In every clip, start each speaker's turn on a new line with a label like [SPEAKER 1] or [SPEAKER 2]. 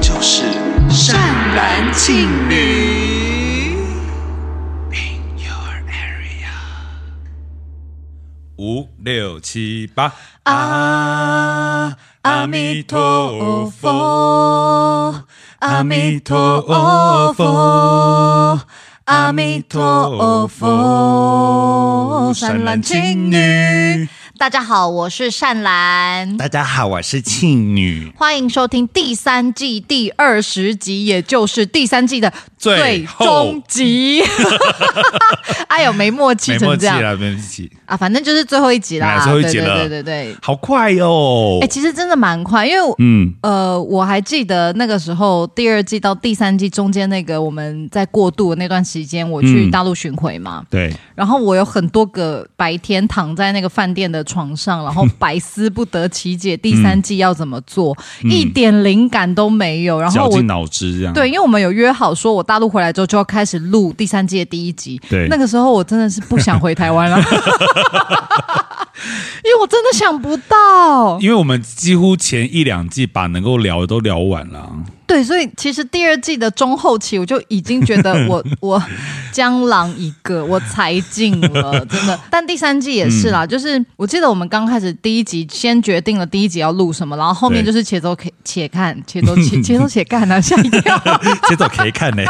[SPEAKER 1] 就是善男信女。In your area，
[SPEAKER 2] 五六七八，
[SPEAKER 1] 啊，
[SPEAKER 2] 阿弥陀佛，阿弥陀佛，阿弥陀佛，善男信女。
[SPEAKER 3] 大家好，我是善兰，
[SPEAKER 2] 大家好，我是庆女，
[SPEAKER 3] 欢迎收听第三季第二十集，也就是第三季的
[SPEAKER 2] 最
[SPEAKER 3] 最
[SPEAKER 2] 后
[SPEAKER 3] 终集。 哎呦，没默契
[SPEAKER 2] 没
[SPEAKER 3] 成
[SPEAKER 2] 默契
[SPEAKER 3] 这样
[SPEAKER 2] 了，没默契，
[SPEAKER 3] 啊！反正就是最后一集啦，
[SPEAKER 2] 哎最后一集了
[SPEAKER 3] 对对对对对。
[SPEAKER 2] 好快哦
[SPEAKER 3] 哎、。其实真的蛮快，因为我
[SPEAKER 2] 嗯，
[SPEAKER 3] 呃，我还记得那个时候第二季到第三季中间那个我们在过渡的那段时间，我去
[SPEAKER 2] 嗯
[SPEAKER 3] 大陆巡回嘛，
[SPEAKER 2] 对，
[SPEAKER 3] 然后我有很多个白天躺在那个饭店的床上，然后百思不得其解，第三季要怎么做，一点灵感都没有。然
[SPEAKER 2] 嗯
[SPEAKER 3] 后
[SPEAKER 2] 绞
[SPEAKER 3] 我
[SPEAKER 2] 尽脑汁这样。
[SPEAKER 3] 对，因为我们有约好，说我大陆回来之后就要开始录第三季的第一集。
[SPEAKER 2] 对
[SPEAKER 3] 那个时候我真的是不想回台 湾了，因 为我真的想不到。
[SPEAKER 2] 因为我们几乎前一两季把能够聊的都聊完了啊，
[SPEAKER 3] 对，所以其实第二季的中后期，我就已经觉 得我我江郎一个，我才尽了，真的。但第三季也是
[SPEAKER 2] 嗯
[SPEAKER 3] 啦，就是我记得我们刚开始第一集先决定了第一集要录什么，然后后面
[SPEAKER 2] 对
[SPEAKER 3] 就是且走且且看，且走 且且走且看啊，吓一跳。
[SPEAKER 2] 且走且看呢，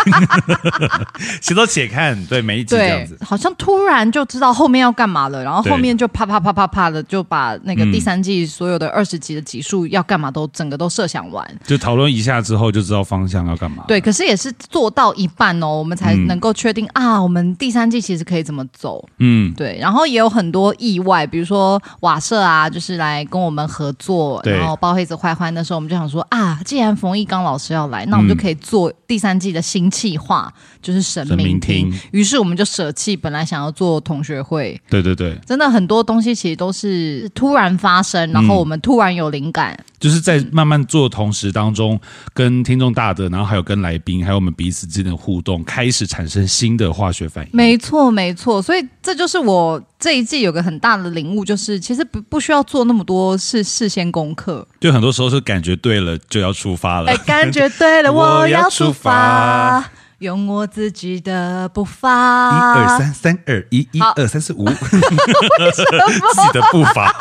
[SPEAKER 2] 且走且看，对，每一集这样
[SPEAKER 3] 对
[SPEAKER 2] 子，，
[SPEAKER 3] 好像突然就知道后面要干嘛了，然后
[SPEAKER 2] 对
[SPEAKER 3] 后面就啪啪啪啪啪的就把那个
[SPEAKER 2] 嗯
[SPEAKER 3] 第三季所有的二十集的集数要干嘛都整个都设想完。
[SPEAKER 2] 就讨论一下之后就知道方向要干嘛。
[SPEAKER 3] 对，可是也是做到一半哦，我们才能够确定、啊，我们第三季其实可以怎么走。
[SPEAKER 2] 嗯，
[SPEAKER 3] 对，然后也有很多意外，比如说瓦舍啊，就是来跟我们合作，
[SPEAKER 2] 对
[SPEAKER 3] 然后包黑子坏坏那时候我们就想说啊，既然冯一刚老师要来，那我
[SPEAKER 2] 嗯
[SPEAKER 3] 们就可以做第三季的新企划，就是神
[SPEAKER 2] 神明
[SPEAKER 3] 明
[SPEAKER 2] 厅
[SPEAKER 3] 厅。于是我们就舍弃本来想要做同学会。
[SPEAKER 2] 对对对，
[SPEAKER 3] 真的很多东西其实都是突然发生，然
[SPEAKER 2] 嗯
[SPEAKER 3] 后我们突然有灵感，
[SPEAKER 2] 就是在慢慢做的同时当中，跟听众大的，然后还有跟来宾，还有我们彼此之间的互动，开始产生新的化学反应。
[SPEAKER 3] 没错，没错，所以这就是我这一季有个很大的领悟，就是其实不不需要做那么多事事先功课，
[SPEAKER 2] 就很多时候是感觉对了就要出发了
[SPEAKER 3] 哎，，感觉对了，
[SPEAKER 2] 我
[SPEAKER 3] 我
[SPEAKER 2] 要
[SPEAKER 3] 要
[SPEAKER 2] 出
[SPEAKER 3] 出
[SPEAKER 2] 发
[SPEAKER 3] 发，用我自己的步
[SPEAKER 2] 一
[SPEAKER 3] 伐，
[SPEAKER 2] 二三，三二一，一
[SPEAKER 3] 好
[SPEAKER 2] 二三四 五，自己的步伐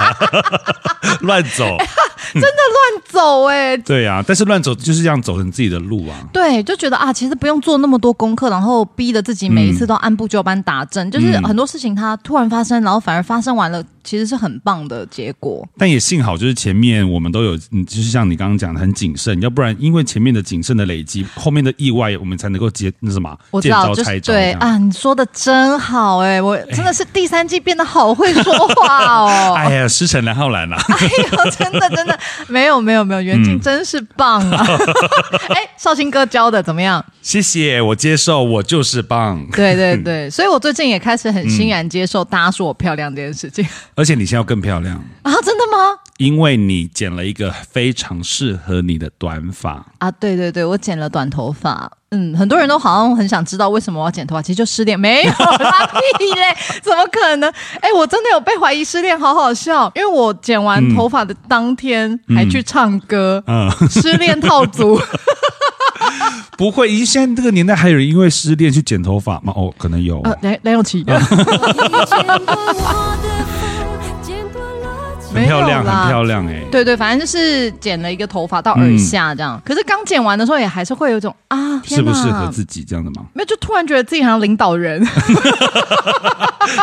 [SPEAKER 2] 乱走，
[SPEAKER 3] 走哎、
[SPEAKER 2] 对啊，但是乱走就是这样走成自己的路啊。
[SPEAKER 3] 对，就觉得啊，其实不用做那么多功课，然后逼得自己每一次都按部就班打正，就是很多事情它突然发生，然后反而发生完了，其实是很棒的结果。
[SPEAKER 2] 但也幸好，就是前面我们都有，嗯，就是像你刚刚讲的，很谨慎，要不然因为前面的谨慎的累积，后面的意外我们才能够接那什么，
[SPEAKER 3] 我知
[SPEAKER 2] 见
[SPEAKER 3] 道，
[SPEAKER 2] 招
[SPEAKER 3] 就
[SPEAKER 2] 拆
[SPEAKER 3] 是
[SPEAKER 2] 招。
[SPEAKER 3] 对啊，你说的真好哎、我真的是第三季变得好会说话 哦。
[SPEAKER 2] 哎呀，师承梁浩然啦、
[SPEAKER 3] 哎呦，真的真的没有没有没有，袁静真是棒 啊！哎、绍兴哥教的怎么样？
[SPEAKER 2] 谢谢，我接受，我就是棒。
[SPEAKER 3] 对对 对，所以我最近也开始很欣然接受大家说我漂亮这件事情
[SPEAKER 2] 而且你现在要更漂亮，
[SPEAKER 3] 啊！真的吗？
[SPEAKER 2] 因为你剪了一个非常适合你的短发。
[SPEAKER 3] 啊，对对对，我剪了短头发。嗯，很多人都好像很想知道为什么我要剪头发，其实就失恋，没有 啦，屁嘞，怎么可能？哎，我真的有被怀疑失恋，好好笑，因为我剪完头发的当天还去唱歌，
[SPEAKER 2] 嗯，
[SPEAKER 3] 失恋套组。
[SPEAKER 2] 不会，因为现在这个年代还有人因为失恋去剪头发吗？哦，可能有。
[SPEAKER 3] 呃，梁梁咏
[SPEAKER 2] 嗯
[SPEAKER 3] 琪，
[SPEAKER 2] 很漂亮，
[SPEAKER 3] 没有啦
[SPEAKER 2] 很漂亮嗯哎、
[SPEAKER 3] 对对，反正就是剪了一个头发到耳下这样。可是刚剪完的时候，也还是会有一种啊，天
[SPEAKER 2] 适不
[SPEAKER 3] 哪
[SPEAKER 2] 适合自己这样的吗？
[SPEAKER 3] 没有，就突然觉得自己好像领导人，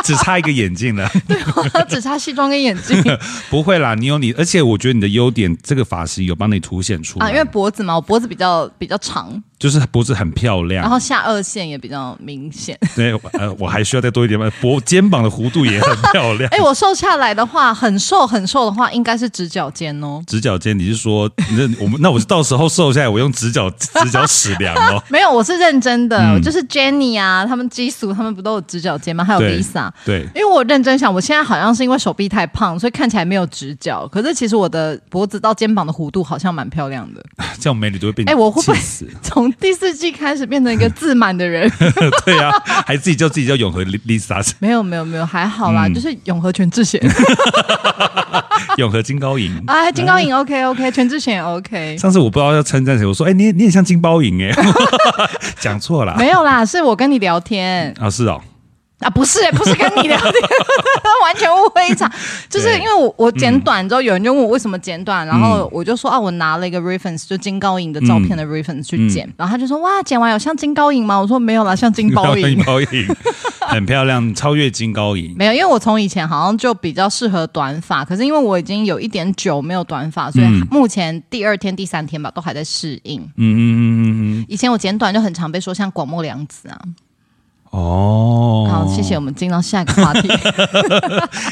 [SPEAKER 2] 只差一个眼镜了。
[SPEAKER 3] 只差西装跟眼 镜
[SPEAKER 2] 不会啦，你有你，而且我觉得你的优点，这个发型有帮你凸显出来，
[SPEAKER 3] 啊，因为脖子嘛，我脖子比较比较长，
[SPEAKER 2] 就是脖子很漂亮。
[SPEAKER 3] 然后下颚线也比较明显。
[SPEAKER 2] 对，呃，我还需要再多一点吗？脖肩膀的弧度也很漂亮。
[SPEAKER 3] 哎，我瘦下来的话，很瘦很瘦的话，应该是直角肩哦。
[SPEAKER 2] 直角肩，你是说那我们那我到时候瘦下来，我用直角直角尺量 哦。
[SPEAKER 3] 没有，我是认真的，
[SPEAKER 2] 嗯
[SPEAKER 3] 就是 Jenny 啊，他们基俗他们不都有直角肩吗？还有
[SPEAKER 2] 对
[SPEAKER 3] Lisa。
[SPEAKER 2] 对，
[SPEAKER 3] 因为我认真想，我现在好像是因为手臂太胖，所以看起来没有直角。可是其实我的脖子到肩膀的弧度好像蛮漂亮的。
[SPEAKER 2] 这样美女都会被你
[SPEAKER 3] 哎我会不
[SPEAKER 2] 嗯
[SPEAKER 3] 会
[SPEAKER 2] 气死
[SPEAKER 3] 从从第四季开始变成一个自满的人。
[SPEAKER 2] 对啊，还自己叫自己叫永和 Lisa，
[SPEAKER 3] 没有没有没有，还好
[SPEAKER 2] 嗯
[SPEAKER 3] 啦，就是永和全智贤
[SPEAKER 2] 永和金高银。
[SPEAKER 3] 啊，金高银 OK OK，全智贤也 OK。
[SPEAKER 2] 上次我不知道要称赞谁，我说哎、你也你也像金包银哎、 讲错了
[SPEAKER 3] 没有啦，是我跟你聊天
[SPEAKER 2] 啊，是哦，
[SPEAKER 3] 啊，不是、不是跟你聊天， 完全误会一场。就是因为我我剪短之后，有人就问我为什么剪短，然后我就说啊，我拿了一个 reference，就金高银的照片的 reference 去剪，然后他就说哇，剪完有像金高银吗？我说没有啦，像金 包银
[SPEAKER 2] 金。包银 很漂亮，超越金高银。
[SPEAKER 3] 没有，因为我从以前好像就比较适合短发，可是因为我已经有一点久没有短发，所以目前第二天、第三天吧都还在适应。
[SPEAKER 2] 嗯嗯 嗯嗯嗯，
[SPEAKER 3] 以前我剪短就很常被说像广末凉子啊。
[SPEAKER 2] 哦，
[SPEAKER 3] 好，谢谢，我们进到下一个 话题。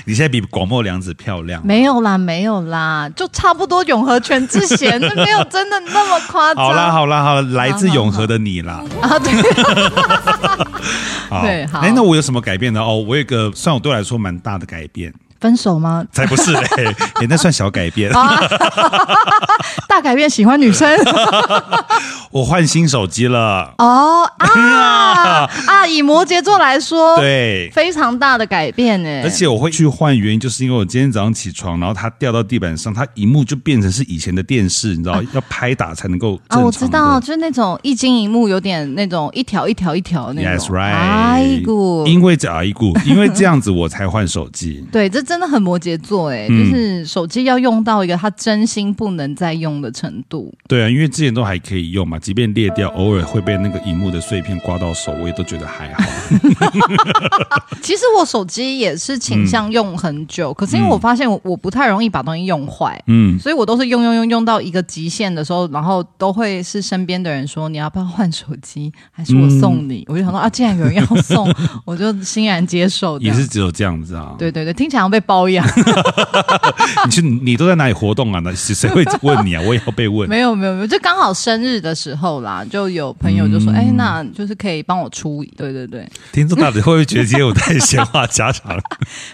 [SPEAKER 2] 你现在比广末凉子漂亮。
[SPEAKER 3] 没有啦，没有啦，就差不多永和全智贤，那没有真的那么夸张。
[SPEAKER 2] 好啦好啦好啦，来自永和的你啦。
[SPEAKER 3] 啊，对，
[SPEAKER 2] 好
[SPEAKER 3] 对好
[SPEAKER 2] 哎，那我有什么改变呢？哦，我有一个算我对我来说蛮大的改变，
[SPEAKER 3] 分手吗？
[SPEAKER 2] 才不 是嘞，哎那算小改
[SPEAKER 3] 哦
[SPEAKER 2] 变。
[SPEAKER 3] 啊大改变，喜欢女 生
[SPEAKER 2] 我换新手机了。
[SPEAKER 3] 哦 啊啊！以摩羯座来说，
[SPEAKER 2] 对，
[SPEAKER 3] 非常大的改变呢。
[SPEAKER 2] 而且我会去换，原因就是因为我今天早上起床，然后它掉到地板上，它荧幕就变成是以前的电视，你知道，要拍打才能够正
[SPEAKER 3] 啊，
[SPEAKER 2] 常的。
[SPEAKER 3] 哦我知道，就是那种一惊一幕，有点那种一条一条一条的那
[SPEAKER 2] Yes
[SPEAKER 3] 种。
[SPEAKER 2] right，
[SPEAKER 3] 哎呦
[SPEAKER 2] 因为这啊一股， 因为这样子我才换手机。
[SPEAKER 3] 对，这真的很摩羯座哎、
[SPEAKER 2] 嗯
[SPEAKER 3] 就是手机要用到一个他真心不能再用的程度。
[SPEAKER 2] 对啊，因为之前都还可以用嘛，即便裂掉，偶尔会被那个荧幕的碎片刮到手，我也都觉得还好。
[SPEAKER 3] 其实我手机也是倾
[SPEAKER 2] 嗯
[SPEAKER 3] 向用很久，可是因为我发现我我不太容易把东西用坏，
[SPEAKER 2] 嗯，
[SPEAKER 3] 所以我都是用用用用到一个极限的时候，然后都会是身边的人说你要不要换手机，还是我送
[SPEAKER 2] 嗯
[SPEAKER 3] 你？我就想说啊，既然有人要 送，我就欣然接受。
[SPEAKER 2] 也是。只有这样子啊。
[SPEAKER 3] 对对对，听起来好像被 包养，
[SPEAKER 2] 你去你都在哪里活动啊？那谁谁会问你啊？我也要被问。
[SPEAKER 3] 没有没有没有，就刚好生日的时候啦，就有朋友
[SPEAKER 2] 嗯
[SPEAKER 3] 就说，哎、那就是可以帮我出，对对对，
[SPEAKER 2] 听众到底会不会觉得今天我在闲话家 常？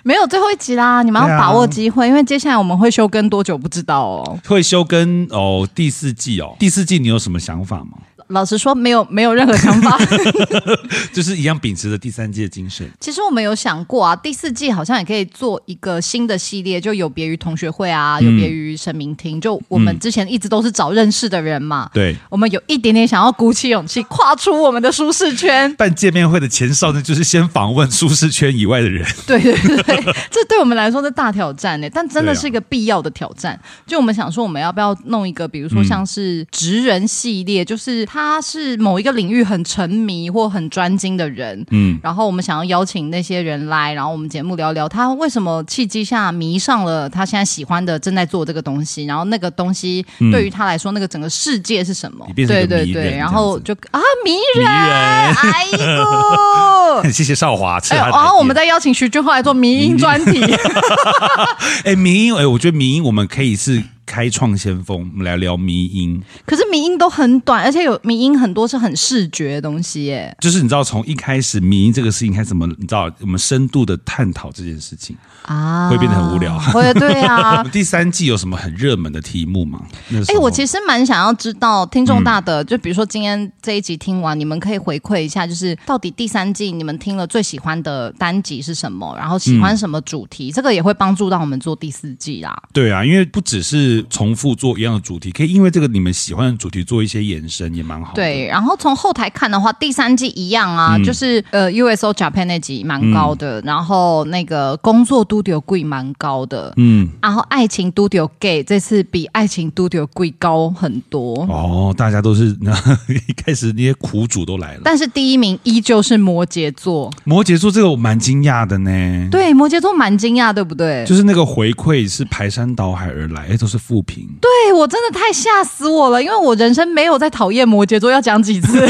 [SPEAKER 3] 没有最后一集啦，你们要
[SPEAKER 2] 对啊
[SPEAKER 3] 把握机会，因为接下来我们会休更多久不知道哦。
[SPEAKER 2] 退休跟哦第四季哦，第四季你有什么想法吗？
[SPEAKER 3] 老实说，没有没有任何想法。
[SPEAKER 2] 就是一样秉持着第三季的精神。
[SPEAKER 3] 其实我们有想过啊，第四季好像也可以做一个新的系列，就有别于同学会啊，有别于神明厅。就我们之前一直都是找认识的人嘛，
[SPEAKER 2] 对，。
[SPEAKER 3] 我们有一点点想要鼓起勇气跨出我们的舒适圈
[SPEAKER 2] 办见面会的前哨呢，就是先访问舒适圈以外的人。
[SPEAKER 3] 对对对 对，这对我们来说是大挑战呢、但真的
[SPEAKER 2] 对啊
[SPEAKER 3] 是一个必要的挑战。就我们想说，我们要不要弄一个，比
[SPEAKER 2] 嗯
[SPEAKER 3] 如说像是职人系列，就是他是某一个领域很沉迷或很专精的人，
[SPEAKER 2] 嗯，
[SPEAKER 3] 然后我们想要邀请那些人来，然后我们节目聊聊他为什么契机下迷上了他现在喜欢的正在做这个东西，然后那个东西对于他来说，那个整个世界是什么
[SPEAKER 2] 你？嗯变成一
[SPEAKER 3] 对
[SPEAKER 2] 个
[SPEAKER 3] 对
[SPEAKER 2] 迷人
[SPEAKER 3] 对，
[SPEAKER 2] 这
[SPEAKER 3] 然
[SPEAKER 2] 样
[SPEAKER 3] 后
[SPEAKER 2] 子
[SPEAKER 3] 就啊迷
[SPEAKER 2] 迷
[SPEAKER 3] 人，
[SPEAKER 2] 人。。
[SPEAKER 3] 哎呦
[SPEAKER 2] 谢谢少华，吃
[SPEAKER 3] 哎，
[SPEAKER 2] 他的
[SPEAKER 3] 然
[SPEAKER 2] 海
[SPEAKER 3] 后我
[SPEAKER 2] 底
[SPEAKER 3] 们再邀请徐俊浩来做迷音专题，
[SPEAKER 2] 哎迷音，哎，我觉得迷音我们可以是开创先锋，我们来聊迷音。
[SPEAKER 3] 可是迷音都很短，而且有迷音很多是很视觉的东西 耶。
[SPEAKER 2] 就是你知道，从一开始迷音这个事情开始，我们你知道，我们深度的探讨这件事情。
[SPEAKER 3] 啊，
[SPEAKER 2] 会变得很无聊
[SPEAKER 3] 会对
[SPEAKER 2] 我
[SPEAKER 3] 啊
[SPEAKER 2] 们，第三季有什么很热门的题目吗？那时
[SPEAKER 3] 哎、
[SPEAKER 2] 候
[SPEAKER 3] 我其实蛮想要知道听众大的，就比如说今天这一集听完，你们可以回馈一下，就是到底第三季你们听了最喜欢的单集是什么，然后喜欢什么主题，这个也会帮助到我们做第四季啦。
[SPEAKER 2] 对啊，因为不只是重复做一样的主题，可以因为这个你们喜欢的主题做一些延伸，也蛮好的。嗯
[SPEAKER 3] 对，然后从后台看的话，第三季一样啊，就是呃，USO Japan 那集蛮高的，然后那个工作都丢贵蛮高的，嗯，然后爱情都丢 gay 这次比爱情都丢贵高很多。
[SPEAKER 2] 哦，大家都是 那一开始那些苦主都来了。
[SPEAKER 3] 但是第一名依旧是摩羯座，
[SPEAKER 2] 摩羯座这个我蛮惊讶的呢，
[SPEAKER 3] 对，摩羯座蛮惊讶，对不对？
[SPEAKER 2] 就是那个回馈是排山倒海而来，哎，都是负评。
[SPEAKER 3] 对我真的太吓死我了，因为我人生没有在讨厌摩羯座，要讲几 次，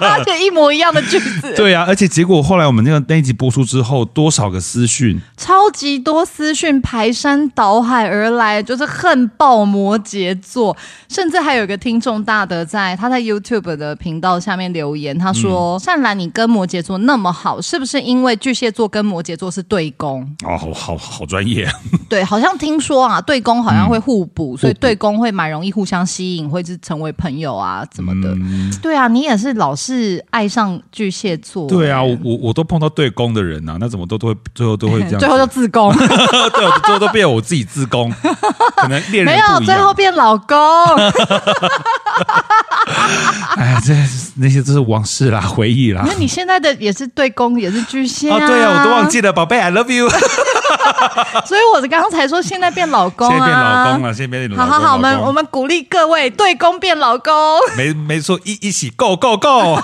[SPEAKER 3] 而且一模一样的句子，
[SPEAKER 2] 对啊，而且结果后来我们那个那一集播出之后，多少个私讯，
[SPEAKER 3] 超级多私讯排山倒海而来，就是恨爆摩羯座，甚至还有一个听众大德在他在 YouTube 的频道下面留言，他
[SPEAKER 2] 嗯
[SPEAKER 3] 说：“善兰，你跟摩羯座那么好，是不是因为巨蟹座跟摩羯座是对宫？
[SPEAKER 2] 哦，好好好专业啊，
[SPEAKER 3] 对，好像听说啊，对宫好像会互补，所以对公会蛮容易互相吸引，会是成为朋友啊怎么的。
[SPEAKER 2] 嗯
[SPEAKER 3] 对啊，你也是老是爱上巨蟹座，
[SPEAKER 2] 对啊，我我我都碰到对攻的人呐、啊那怎么都都会最后都会这样子，
[SPEAKER 3] 最后就自 宫，
[SPEAKER 2] 对，我最后都变我自己自 宫，可能恋人
[SPEAKER 3] 没
[SPEAKER 2] 不
[SPEAKER 3] 有，
[SPEAKER 2] 一
[SPEAKER 3] 最后
[SPEAKER 2] 样。
[SPEAKER 3] 变老公。
[SPEAKER 2] 哎，这那些都是往事啦，回忆啦
[SPEAKER 3] 那。你现在的也是对公，也是巨蟹
[SPEAKER 2] 啊，对啊，我都忘。记了，宝贝，I love you。
[SPEAKER 3] 所以我刚才说现在变老公
[SPEAKER 2] 现
[SPEAKER 3] 啊，
[SPEAKER 2] 在变老公了，现在变老
[SPEAKER 3] 好
[SPEAKER 2] 公。
[SPEAKER 3] 好好，
[SPEAKER 2] 老
[SPEAKER 3] 我们
[SPEAKER 2] 公
[SPEAKER 3] 我们鼓励各位对公变老公。
[SPEAKER 2] 没没错，一一起 go go go。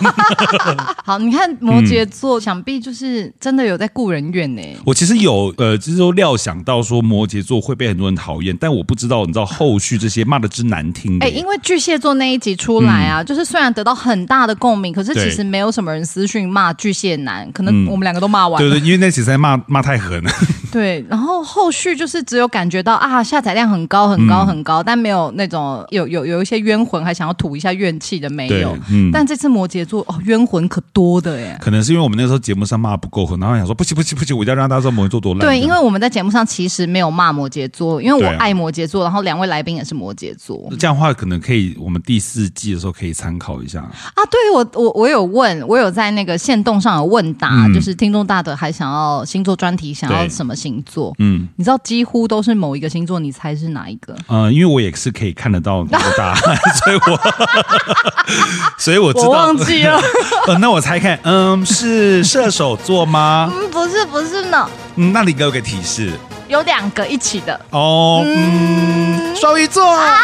[SPEAKER 3] 好，你看摩羯座，想必就是真的有在顾人怨呢、
[SPEAKER 2] 我其实有呃，就是说料想到说摩羯座会被很多人讨厌，但我不知道，你知道后续这些骂的之难听的。
[SPEAKER 3] 哎、因为巨蟹座那一集出来啊，就是虽然得到很大的共鸣，可是
[SPEAKER 2] 嗯对嗯
[SPEAKER 3] 其实没有什么人私讯骂巨蟹男，可能我们两个都骂完
[SPEAKER 2] 对
[SPEAKER 3] 了。
[SPEAKER 2] 对，因为那几在骂骂太狠了。
[SPEAKER 3] 对，然后后续就是只有感觉到啊，下载量很高很
[SPEAKER 2] 嗯
[SPEAKER 3] 高很高，但没有那种有有有一些冤魂还想要吐一下怨气的没有
[SPEAKER 2] 对。嗯
[SPEAKER 3] 但这次摩羯座哦，冤魂可多的耶。
[SPEAKER 2] 可能是因为我们那时候节目上骂不够狠，然后想说不行不行不行，我一定要让大家知道摩羯座多烂。
[SPEAKER 3] 对，因为我们在节目上其实没有骂摩羯座，因为我
[SPEAKER 2] 对啊
[SPEAKER 3] 爱摩羯座，然后两位来宾也是摩羯座
[SPEAKER 2] 这样的话，可能可以我们第四季的时候可以参考一下。
[SPEAKER 3] 啊。对我，我我有问，我有在那个线动上有问答，
[SPEAKER 2] 嗯
[SPEAKER 3] 就是听众大德还想要星座专题，想要什么星座？
[SPEAKER 2] 嗯，
[SPEAKER 3] 你知道几乎都是某一个星座，你猜是哪一个？
[SPEAKER 2] 呃，因为我也是可以看得到那个答案， 所以我所以我知 道
[SPEAKER 3] 我忘记了。
[SPEAKER 2] 呃，那我猜看，嗯，是射手座吗？
[SPEAKER 3] 嗯，不是，不是呢，
[SPEAKER 2] 嗯，那你给我个提示
[SPEAKER 3] 有两个一起的，
[SPEAKER 2] 哦，嗯，双鱼座，
[SPEAKER 3] 啊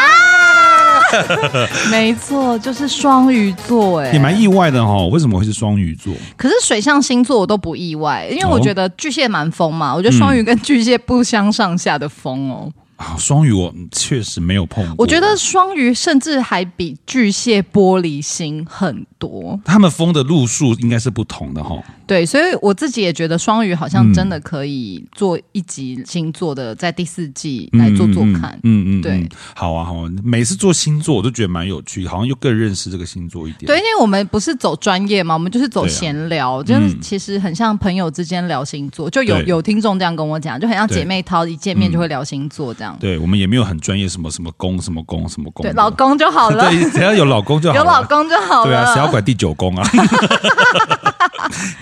[SPEAKER 3] 没错，就是双鱼座。哎
[SPEAKER 2] 也，蛮意外的哈、哦，为什么会是双鱼座？
[SPEAKER 3] 可是水象星座我都不意外，因为我
[SPEAKER 2] 哦嗯
[SPEAKER 3] 觉得巨蟹蛮疯嘛，我觉得双鱼跟巨蟹不相上下的疯哦。
[SPEAKER 2] 啊，双鱼我嗯确实没有碰过，
[SPEAKER 3] 我觉得双鱼甚至还比巨蟹玻璃心很多，
[SPEAKER 2] 他们疯的路数应该是不同的哈、哦。
[SPEAKER 3] 对，所以我自己也觉得双鱼好
[SPEAKER 2] 嗯
[SPEAKER 3] 像真的可以做一集星座的，在第四季来做做看。
[SPEAKER 2] 嗯嗯，嗯
[SPEAKER 3] 对，
[SPEAKER 2] 好啊好啊，每次做星座我都觉得蛮有趣，好像又更认识这个星座一点。
[SPEAKER 3] 对，因为我们不是走专业嘛，我们就是走
[SPEAKER 2] 对啊
[SPEAKER 3] 闲聊，就是其实很像朋友之间聊星座，就有
[SPEAKER 2] 对嗯
[SPEAKER 3] 有听众这样跟我讲，就很像姐妹淘一见面就会聊星座这样。
[SPEAKER 2] 对，我们也没有很专业，什么什么宫什么宫什么宫
[SPEAKER 3] 对，
[SPEAKER 2] 的，
[SPEAKER 3] 老公就好了，
[SPEAKER 2] 对，只要有老公就好
[SPEAKER 3] 有
[SPEAKER 2] 了。
[SPEAKER 3] 老公就好了。
[SPEAKER 2] 对啊，谁要管第九宫 啊？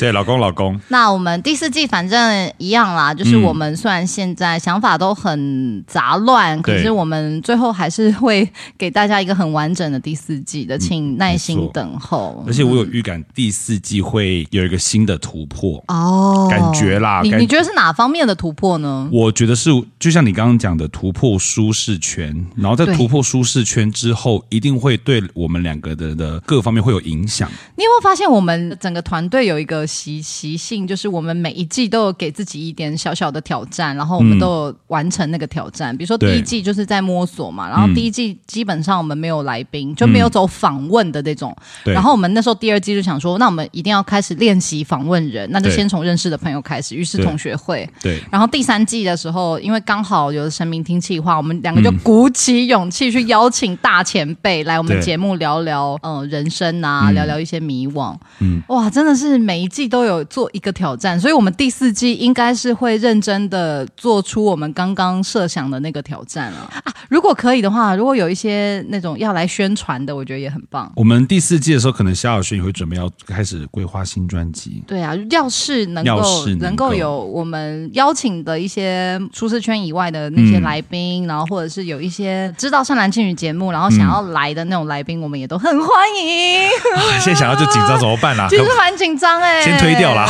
[SPEAKER 2] 对，老公老公，
[SPEAKER 3] 那我们第四季反正一样啦，就是我们虽然现在想法都很杂乱，可
[SPEAKER 2] 对
[SPEAKER 3] 是我们最后还是会给大家一个很完整的第四季
[SPEAKER 2] 嗯
[SPEAKER 3] 的，请耐心等候。
[SPEAKER 2] 而且我有预感第四季会有一个新的突破，
[SPEAKER 3] 哦，
[SPEAKER 2] 感觉啦
[SPEAKER 3] 你
[SPEAKER 2] 感
[SPEAKER 3] 你觉得是哪方面的突破呢？
[SPEAKER 2] 我觉得是就像你刚刚讲的突破舒适圈，然后在
[SPEAKER 3] 对
[SPEAKER 2] 突破舒适圈之后，一定会对我们两个的的各方面会有影响。
[SPEAKER 3] 你有没有发现我们整个团队有一个习习性，就是我们每一季都有给自己一点小小的挑战，然后我
[SPEAKER 2] 嗯
[SPEAKER 3] 们都有完成那个挑战。比如说第一
[SPEAKER 2] 对嗯
[SPEAKER 3] 季就是在摸索嘛，然后第一季基本上我们没有来宾，就没有走访问的那种。
[SPEAKER 2] 对
[SPEAKER 3] 然后我们那时候第二季就想说，那我们一定要开始练习访问人，那就
[SPEAKER 2] 对
[SPEAKER 3] 先从认识的朋友开始，于是
[SPEAKER 2] 对
[SPEAKER 3] 同学会。
[SPEAKER 2] 对，
[SPEAKER 3] 然后第三季的时候，因为刚好有神明听气话，我们两个就
[SPEAKER 2] 嗯
[SPEAKER 3] 鼓起勇气去邀请大前辈来我们
[SPEAKER 2] 对
[SPEAKER 3] 节目聊聊，呃，人生啊，聊聊一些迷惘。嗯
[SPEAKER 2] 嗯，
[SPEAKER 3] 哇，真的是每一季都有做一个挑战，所以我们第四季应该是会认真的做出我们刚刚设想的那个挑战啊。啊，如果可以的话，如果有一些那种要来宣传的，我觉得也很棒。
[SPEAKER 2] 我们第四季的时候，可能萧亚轩也会准备要开始规划新专 辑。
[SPEAKER 3] 对啊，要是能够
[SPEAKER 2] 要是能够
[SPEAKER 3] 能够有我们邀请的一些舒适圈以外的那
[SPEAKER 2] 嗯
[SPEAKER 3] 些来宾，然后或者是有一些知道《善男信女》节目，然后
[SPEAKER 2] 嗯
[SPEAKER 3] 想要来的那种来宾，我们也都很欢 迎。
[SPEAKER 2] 啊现在想要就紧张怎么 办啦、
[SPEAKER 3] 其实蛮紧张哎、
[SPEAKER 2] 啊先推掉啦。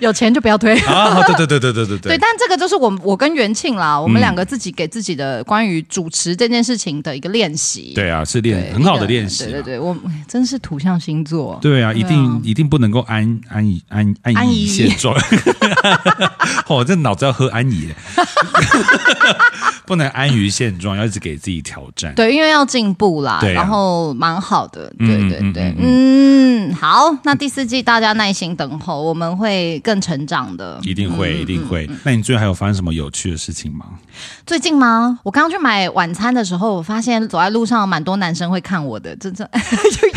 [SPEAKER 3] 有钱就不要推。
[SPEAKER 2] 啊，对对对对对对
[SPEAKER 3] 对，
[SPEAKER 2] 对，嗯
[SPEAKER 3] 但这个就是我我跟元庆啦，我们两个自己给自己的关于主持这件事情的一个练习。
[SPEAKER 2] 对啊，是
[SPEAKER 3] 对
[SPEAKER 2] 练很好的练习、啊。
[SPEAKER 3] 对对对，我哎真是土象星座。
[SPEAKER 2] 对啊，一定、
[SPEAKER 3] 啊
[SPEAKER 2] 一定不能够安安逸安
[SPEAKER 3] 安
[SPEAKER 2] 安
[SPEAKER 3] 逸
[SPEAKER 2] 逸现状。 哦，这脑子要喝安逸 耶，不能安于现状，要一直给自己挑战。
[SPEAKER 3] 对，因为要进步啦，
[SPEAKER 2] 对啊
[SPEAKER 3] 然后蛮好的，对
[SPEAKER 2] 嗯
[SPEAKER 3] 对对
[SPEAKER 2] 嗯，
[SPEAKER 3] 嗯，好，那第四季大家耐心等候，我们会更成长的。
[SPEAKER 2] 一定会，一定会。那你最近还有发生什么有趣的事情 吗？
[SPEAKER 3] 最近吗？我刚刚去买晚餐的时候，我发现走在路上蛮多男生会看我的，真正 就又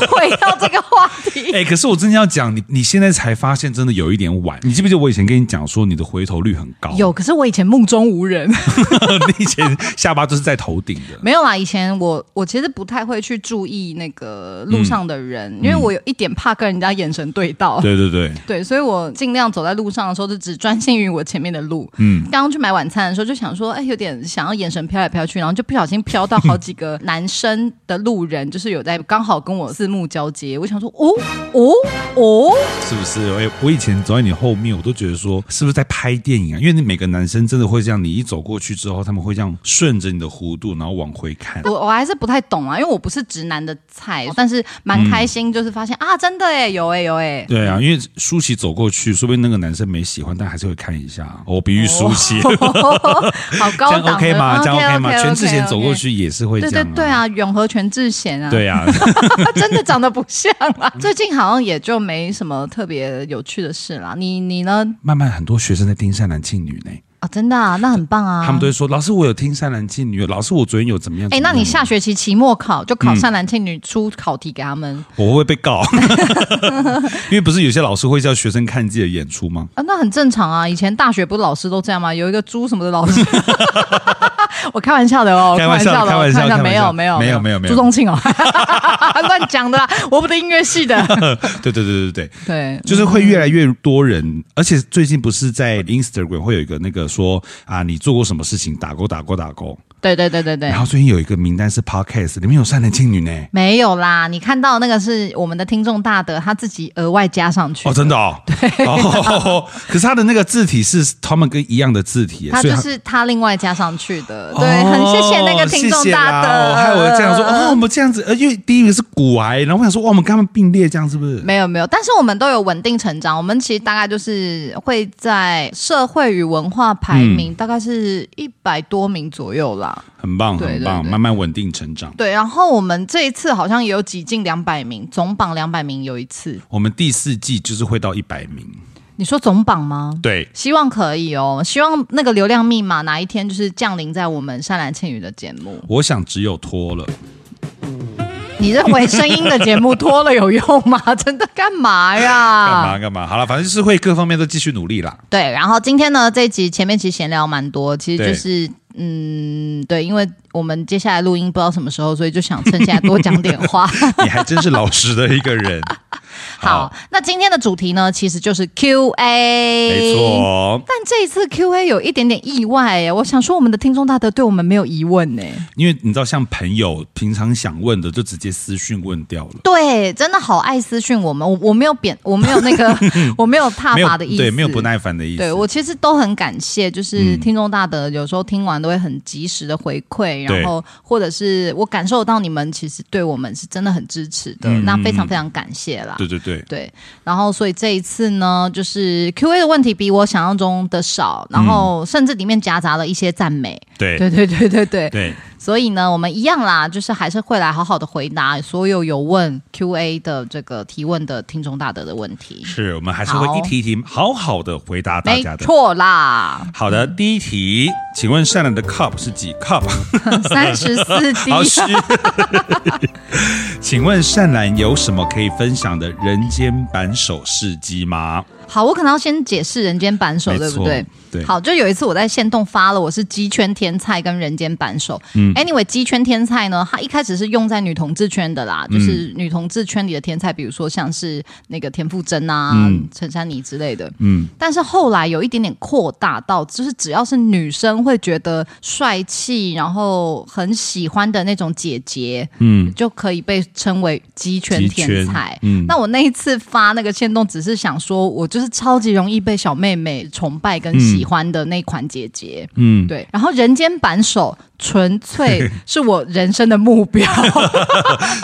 [SPEAKER 3] 又回到这个话题。
[SPEAKER 2] 哎、可是我真的要讲，你你现在才发现，真的有一点晚。你基不记得我以前跟你讲说你的回头率很高？
[SPEAKER 3] 有，，可是我以前目中无人。
[SPEAKER 2] 你以前下巴都是在头顶的。
[SPEAKER 3] 没有啦，以前我我其实不太会去注意那个
[SPEAKER 2] 嗯
[SPEAKER 3] 路上的人，因为我有一点怕跟人家眼神对到。
[SPEAKER 2] 对对对，
[SPEAKER 3] 对，所以我尽量走在路上的时候，就只专心于我前面的路。
[SPEAKER 2] 嗯，
[SPEAKER 3] 刚刚去买晚餐的时候，就想说，哎，有点想要眼神飘来飘去，然后就不小心飘到好几个男生的路人，就是有在刚好跟我四目交接。我想说，哦哦哦，
[SPEAKER 2] 是不是？哎，我以前走在你后面，我都觉得说是不是在拍电影啊？因为你每个男生真的会这样，你一走过去之后，他们会这样顺着你的弧度，然后往回看。
[SPEAKER 3] 我我还是不太懂啊，因为我不是直男的菜，但是蛮开心，就是发现、啊，真的哎，有哎有哎，
[SPEAKER 2] 对啊，因为舒淇走过去，说不定那个男生没喜欢，但还是会看一下。我比喻舒 淇，
[SPEAKER 3] 好
[SPEAKER 2] 这
[SPEAKER 3] 高
[SPEAKER 2] 样
[SPEAKER 3] 档的
[SPEAKER 2] OK 吗？这样 OK 吗？全智贤走过。
[SPEAKER 3] OK，OK，OK，OK
[SPEAKER 2] 去也是会这
[SPEAKER 3] 对对
[SPEAKER 2] 样、啊。
[SPEAKER 3] 对啊，永和全智贤啊，
[SPEAKER 2] 对啊，
[SPEAKER 3] 他 真的长得不像啦。最近好像也就没什么特别有趣的事啦。你你呢？
[SPEAKER 2] 慢慢很多学生在听善男信女呢，
[SPEAKER 3] 啊，真的啊，那很棒啊。
[SPEAKER 2] 他们都会说：“老师，我有听善男信女，老师，我昨天有怎么样？”怎
[SPEAKER 3] 哎、
[SPEAKER 2] 么
[SPEAKER 3] 那
[SPEAKER 2] 样
[SPEAKER 3] 你下学期期末考就
[SPEAKER 2] 嗯
[SPEAKER 3] 考善男信女，出考题给他们、
[SPEAKER 2] 我会不会被告？ 因为不是有些老师会叫学生看自己的演出吗？
[SPEAKER 3] 啊，那很正常啊。以前大学不是老师都这样吗？有一个猪什么的 老师， 我开玩笑的哦，
[SPEAKER 2] 开玩
[SPEAKER 3] 玩
[SPEAKER 2] 笑
[SPEAKER 3] 的哦，
[SPEAKER 2] 开玩笑
[SPEAKER 3] 开
[SPEAKER 2] 开玩笑
[SPEAKER 3] 没有没有
[SPEAKER 2] 没有没有没有
[SPEAKER 3] 朱宗庆哦， 乱讲的啦，我不是音乐 系的，
[SPEAKER 2] 对对对对对，
[SPEAKER 3] 对，
[SPEAKER 2] 就是会越来越多人，而且最近不是在
[SPEAKER 3] 嗯
[SPEAKER 2] Instagram 会有一个那个说啊，你做过什么事情打勾打勾打勾，
[SPEAKER 3] 对对对对对
[SPEAKER 2] 然。后最近有一个名单是 Podcast，里面有善男信女呢。
[SPEAKER 3] 没有啦，你看到那个是我们的听众大德他自己额外加上去
[SPEAKER 2] 哦，真的哦，对哦， 可是他的那个字体是他们跟一样的字体，
[SPEAKER 3] 他
[SPEAKER 2] 所以
[SPEAKER 3] 就是他另外加上去的，
[SPEAKER 2] 哦
[SPEAKER 3] 对，很谢谢那个听众
[SPEAKER 2] 谢谢啦
[SPEAKER 3] 大德，嗯
[SPEAKER 2] 哦害我这样说，哦，我们这样子，呃，因为第一个是骨癌，然后我想说，哇，我们跟他们并列，这样是不是？
[SPEAKER 3] 没有没有，但是我们都有稳定成长。我们其实大概就是会在社会与文化排
[SPEAKER 2] 嗯
[SPEAKER 3] 名、大概是一百多名左右啦。
[SPEAKER 2] 很棒，
[SPEAKER 3] 对
[SPEAKER 2] 很
[SPEAKER 3] 对
[SPEAKER 2] 棒，
[SPEAKER 3] 对
[SPEAKER 2] 慢慢稳定成长。
[SPEAKER 3] 对，然后我们这一次好像也有挤进两百名，总榜两百名有一次。
[SPEAKER 2] 我们第四季就是会到一百名，
[SPEAKER 3] 你说总榜吗？
[SPEAKER 2] 对，
[SPEAKER 3] 希望可以哦，希望那个流量密码哪一天就是降临在我们善兰倩语的节目。
[SPEAKER 2] 我想只有脱了，
[SPEAKER 3] 你认为声音的节目脱了有用吗？ 真的干嘛呀？
[SPEAKER 2] 干嘛干嘛，好了，反正就是会各方面都继续努力 啦。
[SPEAKER 3] 对，然后今天呢，这一集前面其实闲聊蛮多，其实
[SPEAKER 2] 对
[SPEAKER 3] 就是嗯，对，因为我们接下来录音不知道什么时候，所以就想趁现在多讲点 话。
[SPEAKER 2] 你还真是老实的一个 人，
[SPEAKER 3] 好，那今天的主题呢，其实就是 Q&A，
[SPEAKER 2] 没
[SPEAKER 3] 没。
[SPEAKER 2] 错，哦
[SPEAKER 3] 但这一次 Q&A 有一点点意外耶，我想说我们的听众大德对我们没有疑问呢。
[SPEAKER 2] 因为你知道，像朋友平常想问的，就直接私讯问掉了。
[SPEAKER 3] 对，真的好爱私讯我们，我我没有贬，我没有那 个，我没有踏
[SPEAKER 2] 没
[SPEAKER 3] 伐
[SPEAKER 2] 有
[SPEAKER 3] 的意思，
[SPEAKER 2] 对，没有不耐烦的意思。嗯
[SPEAKER 3] 对我其实都很感谢，就是听众大德有时候听完都会很及时的回馈，
[SPEAKER 2] 对
[SPEAKER 3] 然后或者是我感受到你们其实对我们是真的很支持的，那非常非常感谢啦。
[SPEAKER 2] 嗯对对对，
[SPEAKER 3] 对，然后所以这一次呢，就是 Q&A 的问题比我想象中的少，然后甚至里面夹杂了一些赞美。
[SPEAKER 2] 对
[SPEAKER 3] 对对对对对，
[SPEAKER 2] 对
[SPEAKER 3] 所以呢，我们一样啦，就是还是会来好好的回答所有有问 Q&A 的这个提问的听众大德的问题。
[SPEAKER 2] 是我们还是会一题一题好好的回答大
[SPEAKER 3] 没
[SPEAKER 2] 家的。
[SPEAKER 3] 错啦，
[SPEAKER 2] 好的，第一题，请问善良的 cup 是几 cup？
[SPEAKER 3] 三十四滴。
[SPEAKER 2] 好虚。请问善兰有什么可以分享的人间版手事迹吗？
[SPEAKER 3] 好，我可能要先解释人间扳手，
[SPEAKER 2] 没
[SPEAKER 3] 对不
[SPEAKER 2] 错
[SPEAKER 3] 对？
[SPEAKER 2] 对
[SPEAKER 3] 好，就有一次我在线动发了，我是鸡圈天菜跟人间扳手。anyway，鸡
[SPEAKER 2] 嗯
[SPEAKER 3] 圈天菜呢，它一开始是用在女同志圈的
[SPEAKER 2] 嗯
[SPEAKER 3] 啦，就是女同志圈里的天菜，比如说像是那个田馥甄啊、
[SPEAKER 2] 嗯
[SPEAKER 3] 陈珊妮之类的。
[SPEAKER 2] 嗯，
[SPEAKER 3] 但是后来有一点点扩大到，就是只要是女生会觉得帅气，然后很喜欢的那种姐姐，嗯，就可以被称为鸡圈天才
[SPEAKER 2] 鸡圈。嗯
[SPEAKER 3] 那我那一次发那个线动，只是想说我就是超级容易被小妹妹崇拜跟喜欢的那款姐姐，
[SPEAKER 2] 嗯
[SPEAKER 3] 对。然后人间版手 纯粹是我人生的目标。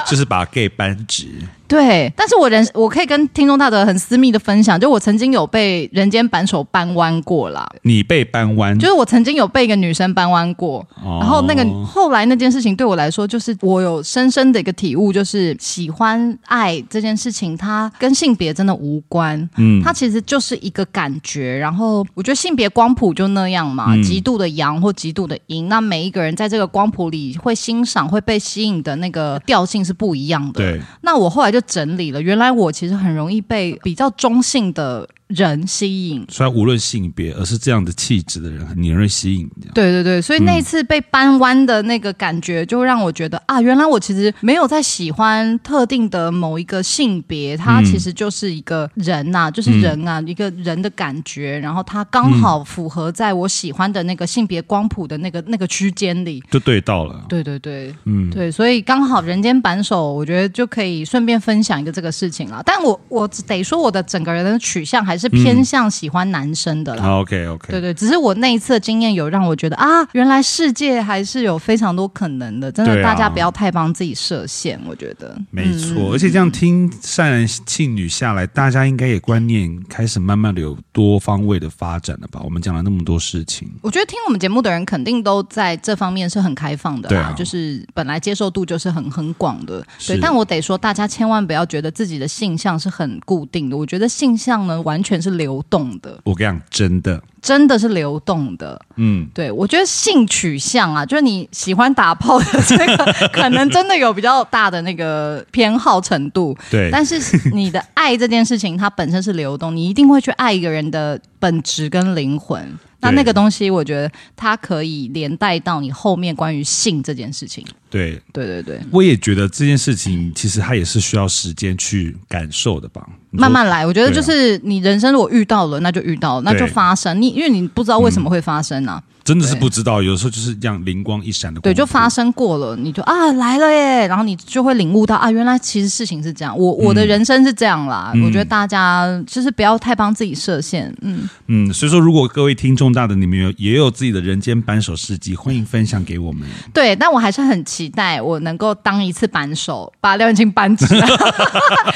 [SPEAKER 2] 就是把 gay 扳直。
[SPEAKER 3] 对，但是我人我可以跟听众大德很私密的分享，就我曾经有被人间扳手扳弯过啦。
[SPEAKER 2] 你被扳弯，
[SPEAKER 3] 就是我曾经有被一个女生扳弯过，
[SPEAKER 2] 哦
[SPEAKER 3] 然后那个后来那件事情对我来说，就是我有深深的一个体悟，就是喜欢爱这件事情，它跟性别真的无关，嗯，它其实就是一个感觉。然后我觉得性别光谱就那样嘛，
[SPEAKER 2] 嗯
[SPEAKER 3] 极度的阳或极度的阴，那每一个人在这个光谱里会欣赏、会被吸引的那个调性是不一样的。
[SPEAKER 2] 对，
[SPEAKER 3] 那我后来就整理了，原来我其实很容易被比较中性的人吸引。
[SPEAKER 2] 虽然无论性别，而是这样的气质的人，很容易吸引这样。
[SPEAKER 3] 对对对，所以那一次被搬弯的那个感觉，就让我觉得、啊，原来我其实没有在喜欢特定的某一个性别，它
[SPEAKER 2] 嗯
[SPEAKER 3] 其实就是一个人呐、就是人啊，一个人的感觉，然后它刚好符合在我喜欢的那个性别光谱的那个那个区间里。
[SPEAKER 2] 就对到了，
[SPEAKER 3] 对对对，
[SPEAKER 2] 嗯，
[SPEAKER 3] 对，所以刚好人间扳手，我觉得就可以顺便分享一个这个事情啦。但我我只得说，我的整个人的取向还是偏向喜欢男生的啦。
[SPEAKER 2] 好，OK OK，
[SPEAKER 3] 对对，只是我那一次的经验有让我觉得啊，原来世界还是有非常多可能的。真的，
[SPEAKER 2] 对啊
[SPEAKER 3] 大家不要太帮自己设限，我觉得。
[SPEAKER 2] 没
[SPEAKER 3] 嗯
[SPEAKER 2] 错，而且这样听善男信女下来，大家应该也观念开始慢慢的有多方位的发展了吧？我们讲了那么多事情，
[SPEAKER 3] 我觉得听我们节目的人肯定都在这方面是很开放的
[SPEAKER 2] 对
[SPEAKER 3] 啦，
[SPEAKER 2] 啊
[SPEAKER 3] 就是本来接受度就是很很广的。对
[SPEAKER 2] 是，
[SPEAKER 3] 但我得说，大家千万不要觉得自己的性向是很固定的。我觉得性向呢，完全是流动的，
[SPEAKER 2] 我跟你讲，真的，
[SPEAKER 3] 真的是流动的。
[SPEAKER 2] 嗯，
[SPEAKER 3] 对，我觉得性取向啊，就是你喜欢打炮的这个， 可能真的有比较大的那个偏好程度。
[SPEAKER 2] 对，
[SPEAKER 3] 但是你的爱这件事情，它本身是流动，你一定会去爱一个人的本质跟灵魂。那
[SPEAKER 2] 对
[SPEAKER 3] 那个东西，我觉得它可以连带到你后面关于性这件事情。
[SPEAKER 2] 对，
[SPEAKER 3] 对对对，
[SPEAKER 2] 我也觉得这件事情其实它也是需要时间去感受的吧，你说
[SPEAKER 3] 慢慢来。我觉得
[SPEAKER 2] 对啊
[SPEAKER 3] 就是你人生如果遇到了，那就遇到了，那就
[SPEAKER 2] 对
[SPEAKER 3] 发生。你因为你不知道为什么会发生啊，
[SPEAKER 2] 真的是不知道，有时候就是这样灵光一闪的，
[SPEAKER 3] 对，就发，生过了，你就啊来了耶，然后你就会领悟到啊，原来其实事情是这样。我我的人生是这样啦，我觉得大家就是不要太帮自己设限。嗯，
[SPEAKER 2] 嗯，所以说如果各位听众大的你们有也有自己的人间扳手事迹，欢迎分享给 我们，
[SPEAKER 3] 对，但我还是很期待我能够当一次扳手，把廖元庆扳直，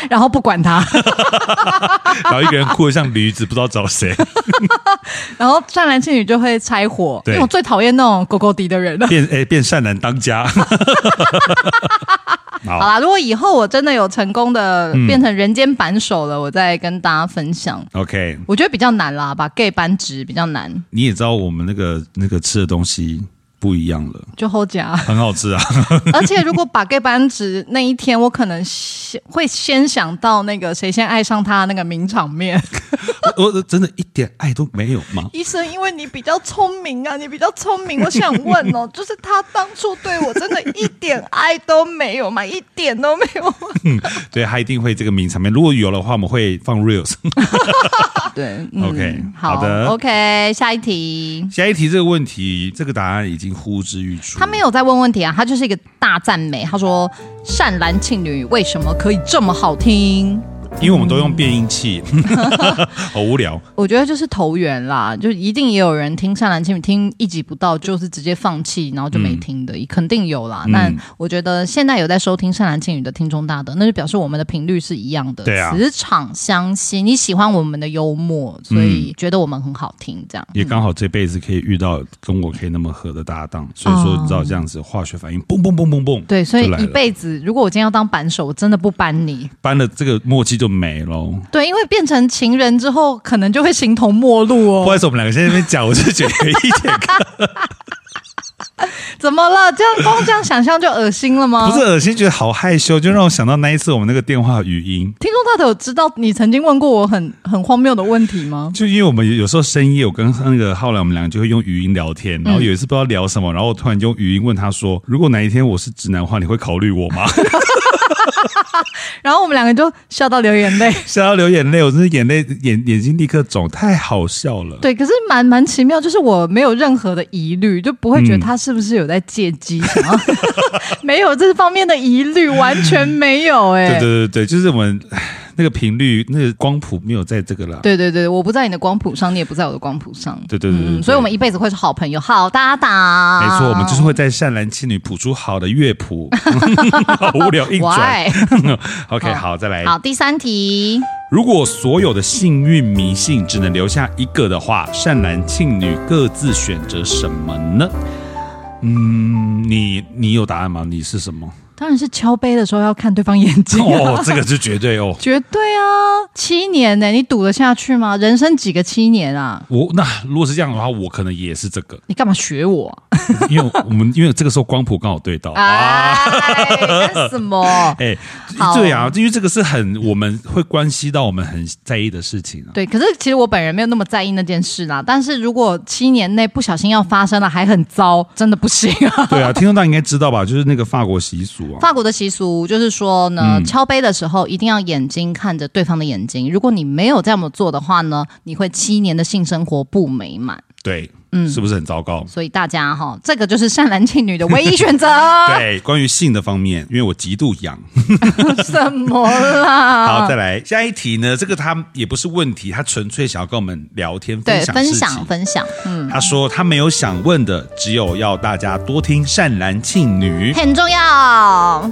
[SPEAKER 3] 然后不管 他，
[SPEAKER 2] 然后一个人哭得像驴子，不知道找 谁，
[SPEAKER 3] 然后善男信女就会拆伙，因
[SPEAKER 2] 对
[SPEAKER 3] 为我最讨厌那种狗狗敌的人了。
[SPEAKER 2] 变哎变善男当家，好
[SPEAKER 3] 好啦，如果以后我真的有成功的变成人间扳手了，我再跟大家分享。
[SPEAKER 2] OK，
[SPEAKER 3] 我觉得比较难啦，把 gay 扳直比较难，
[SPEAKER 2] 你也知道我们那个那个吃的东西不一样了，
[SPEAKER 3] 就后 夹。
[SPEAKER 2] 很好吃啊。
[SPEAKER 3] 而且如果把 gay 扳直那一天，我可能先会先想到那个谁先爱上他那个名场面。
[SPEAKER 2] 我我真的一点爱都没有吗？
[SPEAKER 3] 医生，因为你比较聪明啊，你比较聪明，我想问 哦，就是他当初对我真的一点爱都没有嘛，一点都没有吗？
[SPEAKER 2] 对，他一定会这个名场面。如果有的话，我们会放 reels。
[SPEAKER 3] 对、嗯
[SPEAKER 2] OK，
[SPEAKER 3] 好
[SPEAKER 2] 好的
[SPEAKER 3] o k 下一题。
[SPEAKER 2] 下一题这个问题，这个答案已经呼之欲出。
[SPEAKER 3] 他没有在问问题啊，他就是一个大赞美。他说：“善男信女为什么可以这么好听？”
[SPEAKER 2] 因为我们都用变音器， 好无聊。
[SPEAKER 3] 我觉得就是投缘啦，就一定也有人听善男信女听一集不到，就是直接放弃，然后就没听的，肯定有啦。
[SPEAKER 2] 嗯
[SPEAKER 3] 但我觉得现在有在收听善男信女的听众大德，那就表示我们的频率是一样的，
[SPEAKER 2] 对啊
[SPEAKER 3] 磁场相吸。你喜欢我们的幽默，所以觉得我们很好听，这样。
[SPEAKER 2] 也刚好这辈子可以遇到跟我可以那么合的搭档，所以说
[SPEAKER 3] 哦
[SPEAKER 2] 你知道这样子化学反应，嘣嘣嘣嘣嘣，
[SPEAKER 3] 对，所以
[SPEAKER 2] 就来
[SPEAKER 3] 一
[SPEAKER 2] 了
[SPEAKER 3] 辈子，如果我今天要当扳手，我真的不扳你。
[SPEAKER 2] 搬了这个默契就没喽。
[SPEAKER 3] 对，因为变成情人之后，可能就会形同陌路
[SPEAKER 2] 不好
[SPEAKER 3] 哦
[SPEAKER 2] 意。思，我们两个现在在那边讲，我就觉得有一 点
[SPEAKER 3] 怎么了？这样光这样想象就恶心了吗？
[SPEAKER 2] 不是恶心，觉得好害羞，就让我想到那一次我们那个电话语音，
[SPEAKER 3] 听众大头有知道你曾经问过我很很荒谬的问题吗？
[SPEAKER 2] 就因为我们有时候深夜，我跟那个浩然我们两个就会用语音聊天，然后有一次不知道聊什么，然后我突然用语音问他说：“如果哪一天我是直男的话，你会考虑我吗
[SPEAKER 3] 然后我们两个就笑到流眼泪。？”
[SPEAKER 2] 笑到流眼泪，我真是眼泪眼眼睛立刻肿，太好笑了。
[SPEAKER 3] 对，可是蛮蛮奇妙，就是我没有任何的疑虑，就不会觉得他是不是有在借机想 要，没有这方面的疑虑，完全没有、欸。
[SPEAKER 2] 对对对对，就是我们唉那个频率、那个光谱没有在这个啦。
[SPEAKER 3] 对对对我不在你的光谱上，你也不在我的光谱上。嗯
[SPEAKER 2] 对对对对对
[SPEAKER 3] 所以我们一辈子会是好朋友、好搭档。
[SPEAKER 2] 没错，我们就是会在善男信女谱出好的乐谱， 好无聊硬转。
[SPEAKER 3] Why？
[SPEAKER 2] OK，
[SPEAKER 3] 好
[SPEAKER 2] 好，再来。
[SPEAKER 3] 好，第三题，
[SPEAKER 2] 如果所有的幸运迷信只能留下一个的话，善男信女各自选择什么呢？嗯，你你有答案吗？你是什么？
[SPEAKER 3] 当然是敲杯的时候要看对方眼睛、啊。
[SPEAKER 2] 哦，这个是绝对哦。
[SPEAKER 3] 绝对啊，七年呢、你赌得下去吗？人生几个七年啊？
[SPEAKER 2] 我那如果是这样的话，我可能也是这个，
[SPEAKER 3] 你干嘛学我啊？
[SPEAKER 2] 因为我们因为这个时候光谱刚好对到。
[SPEAKER 3] 哎，干什么？
[SPEAKER 2] 哎、
[SPEAKER 3] 啊好
[SPEAKER 2] 对啊，因为这个是很我们会关系到我们很在意的事情 啊。
[SPEAKER 3] 对，可是其实我本人没有那么在意那件事啦。但是如果七年内不小心要发生了，还很糟，真的不行 啊。
[SPEAKER 2] 对啊，听众大家应该知道吧？就是那个法国习俗啊，
[SPEAKER 3] 法国的习俗就是说呢，敲杯的时候一定要眼睛看着对方的眼睛。如果你没有这么做的话呢，你会七年的性生活不美满。
[SPEAKER 2] 对，
[SPEAKER 3] 嗯
[SPEAKER 2] 是不是很糟糕？
[SPEAKER 3] 所以大家哈，这个就是善男信女的唯一选 择。
[SPEAKER 2] 对，关于性的方面，因为我极度痒。
[SPEAKER 3] 什么啦？
[SPEAKER 2] 好，再来下一题呢？这个他也不是问题，他纯粹想要跟我们聊天分
[SPEAKER 3] 对，
[SPEAKER 2] 享
[SPEAKER 3] 分
[SPEAKER 2] 事
[SPEAKER 3] 享
[SPEAKER 2] 情
[SPEAKER 3] 分享，嗯，
[SPEAKER 2] 他说他没有想问的，只有要大家多听善男信女。
[SPEAKER 3] 很重要。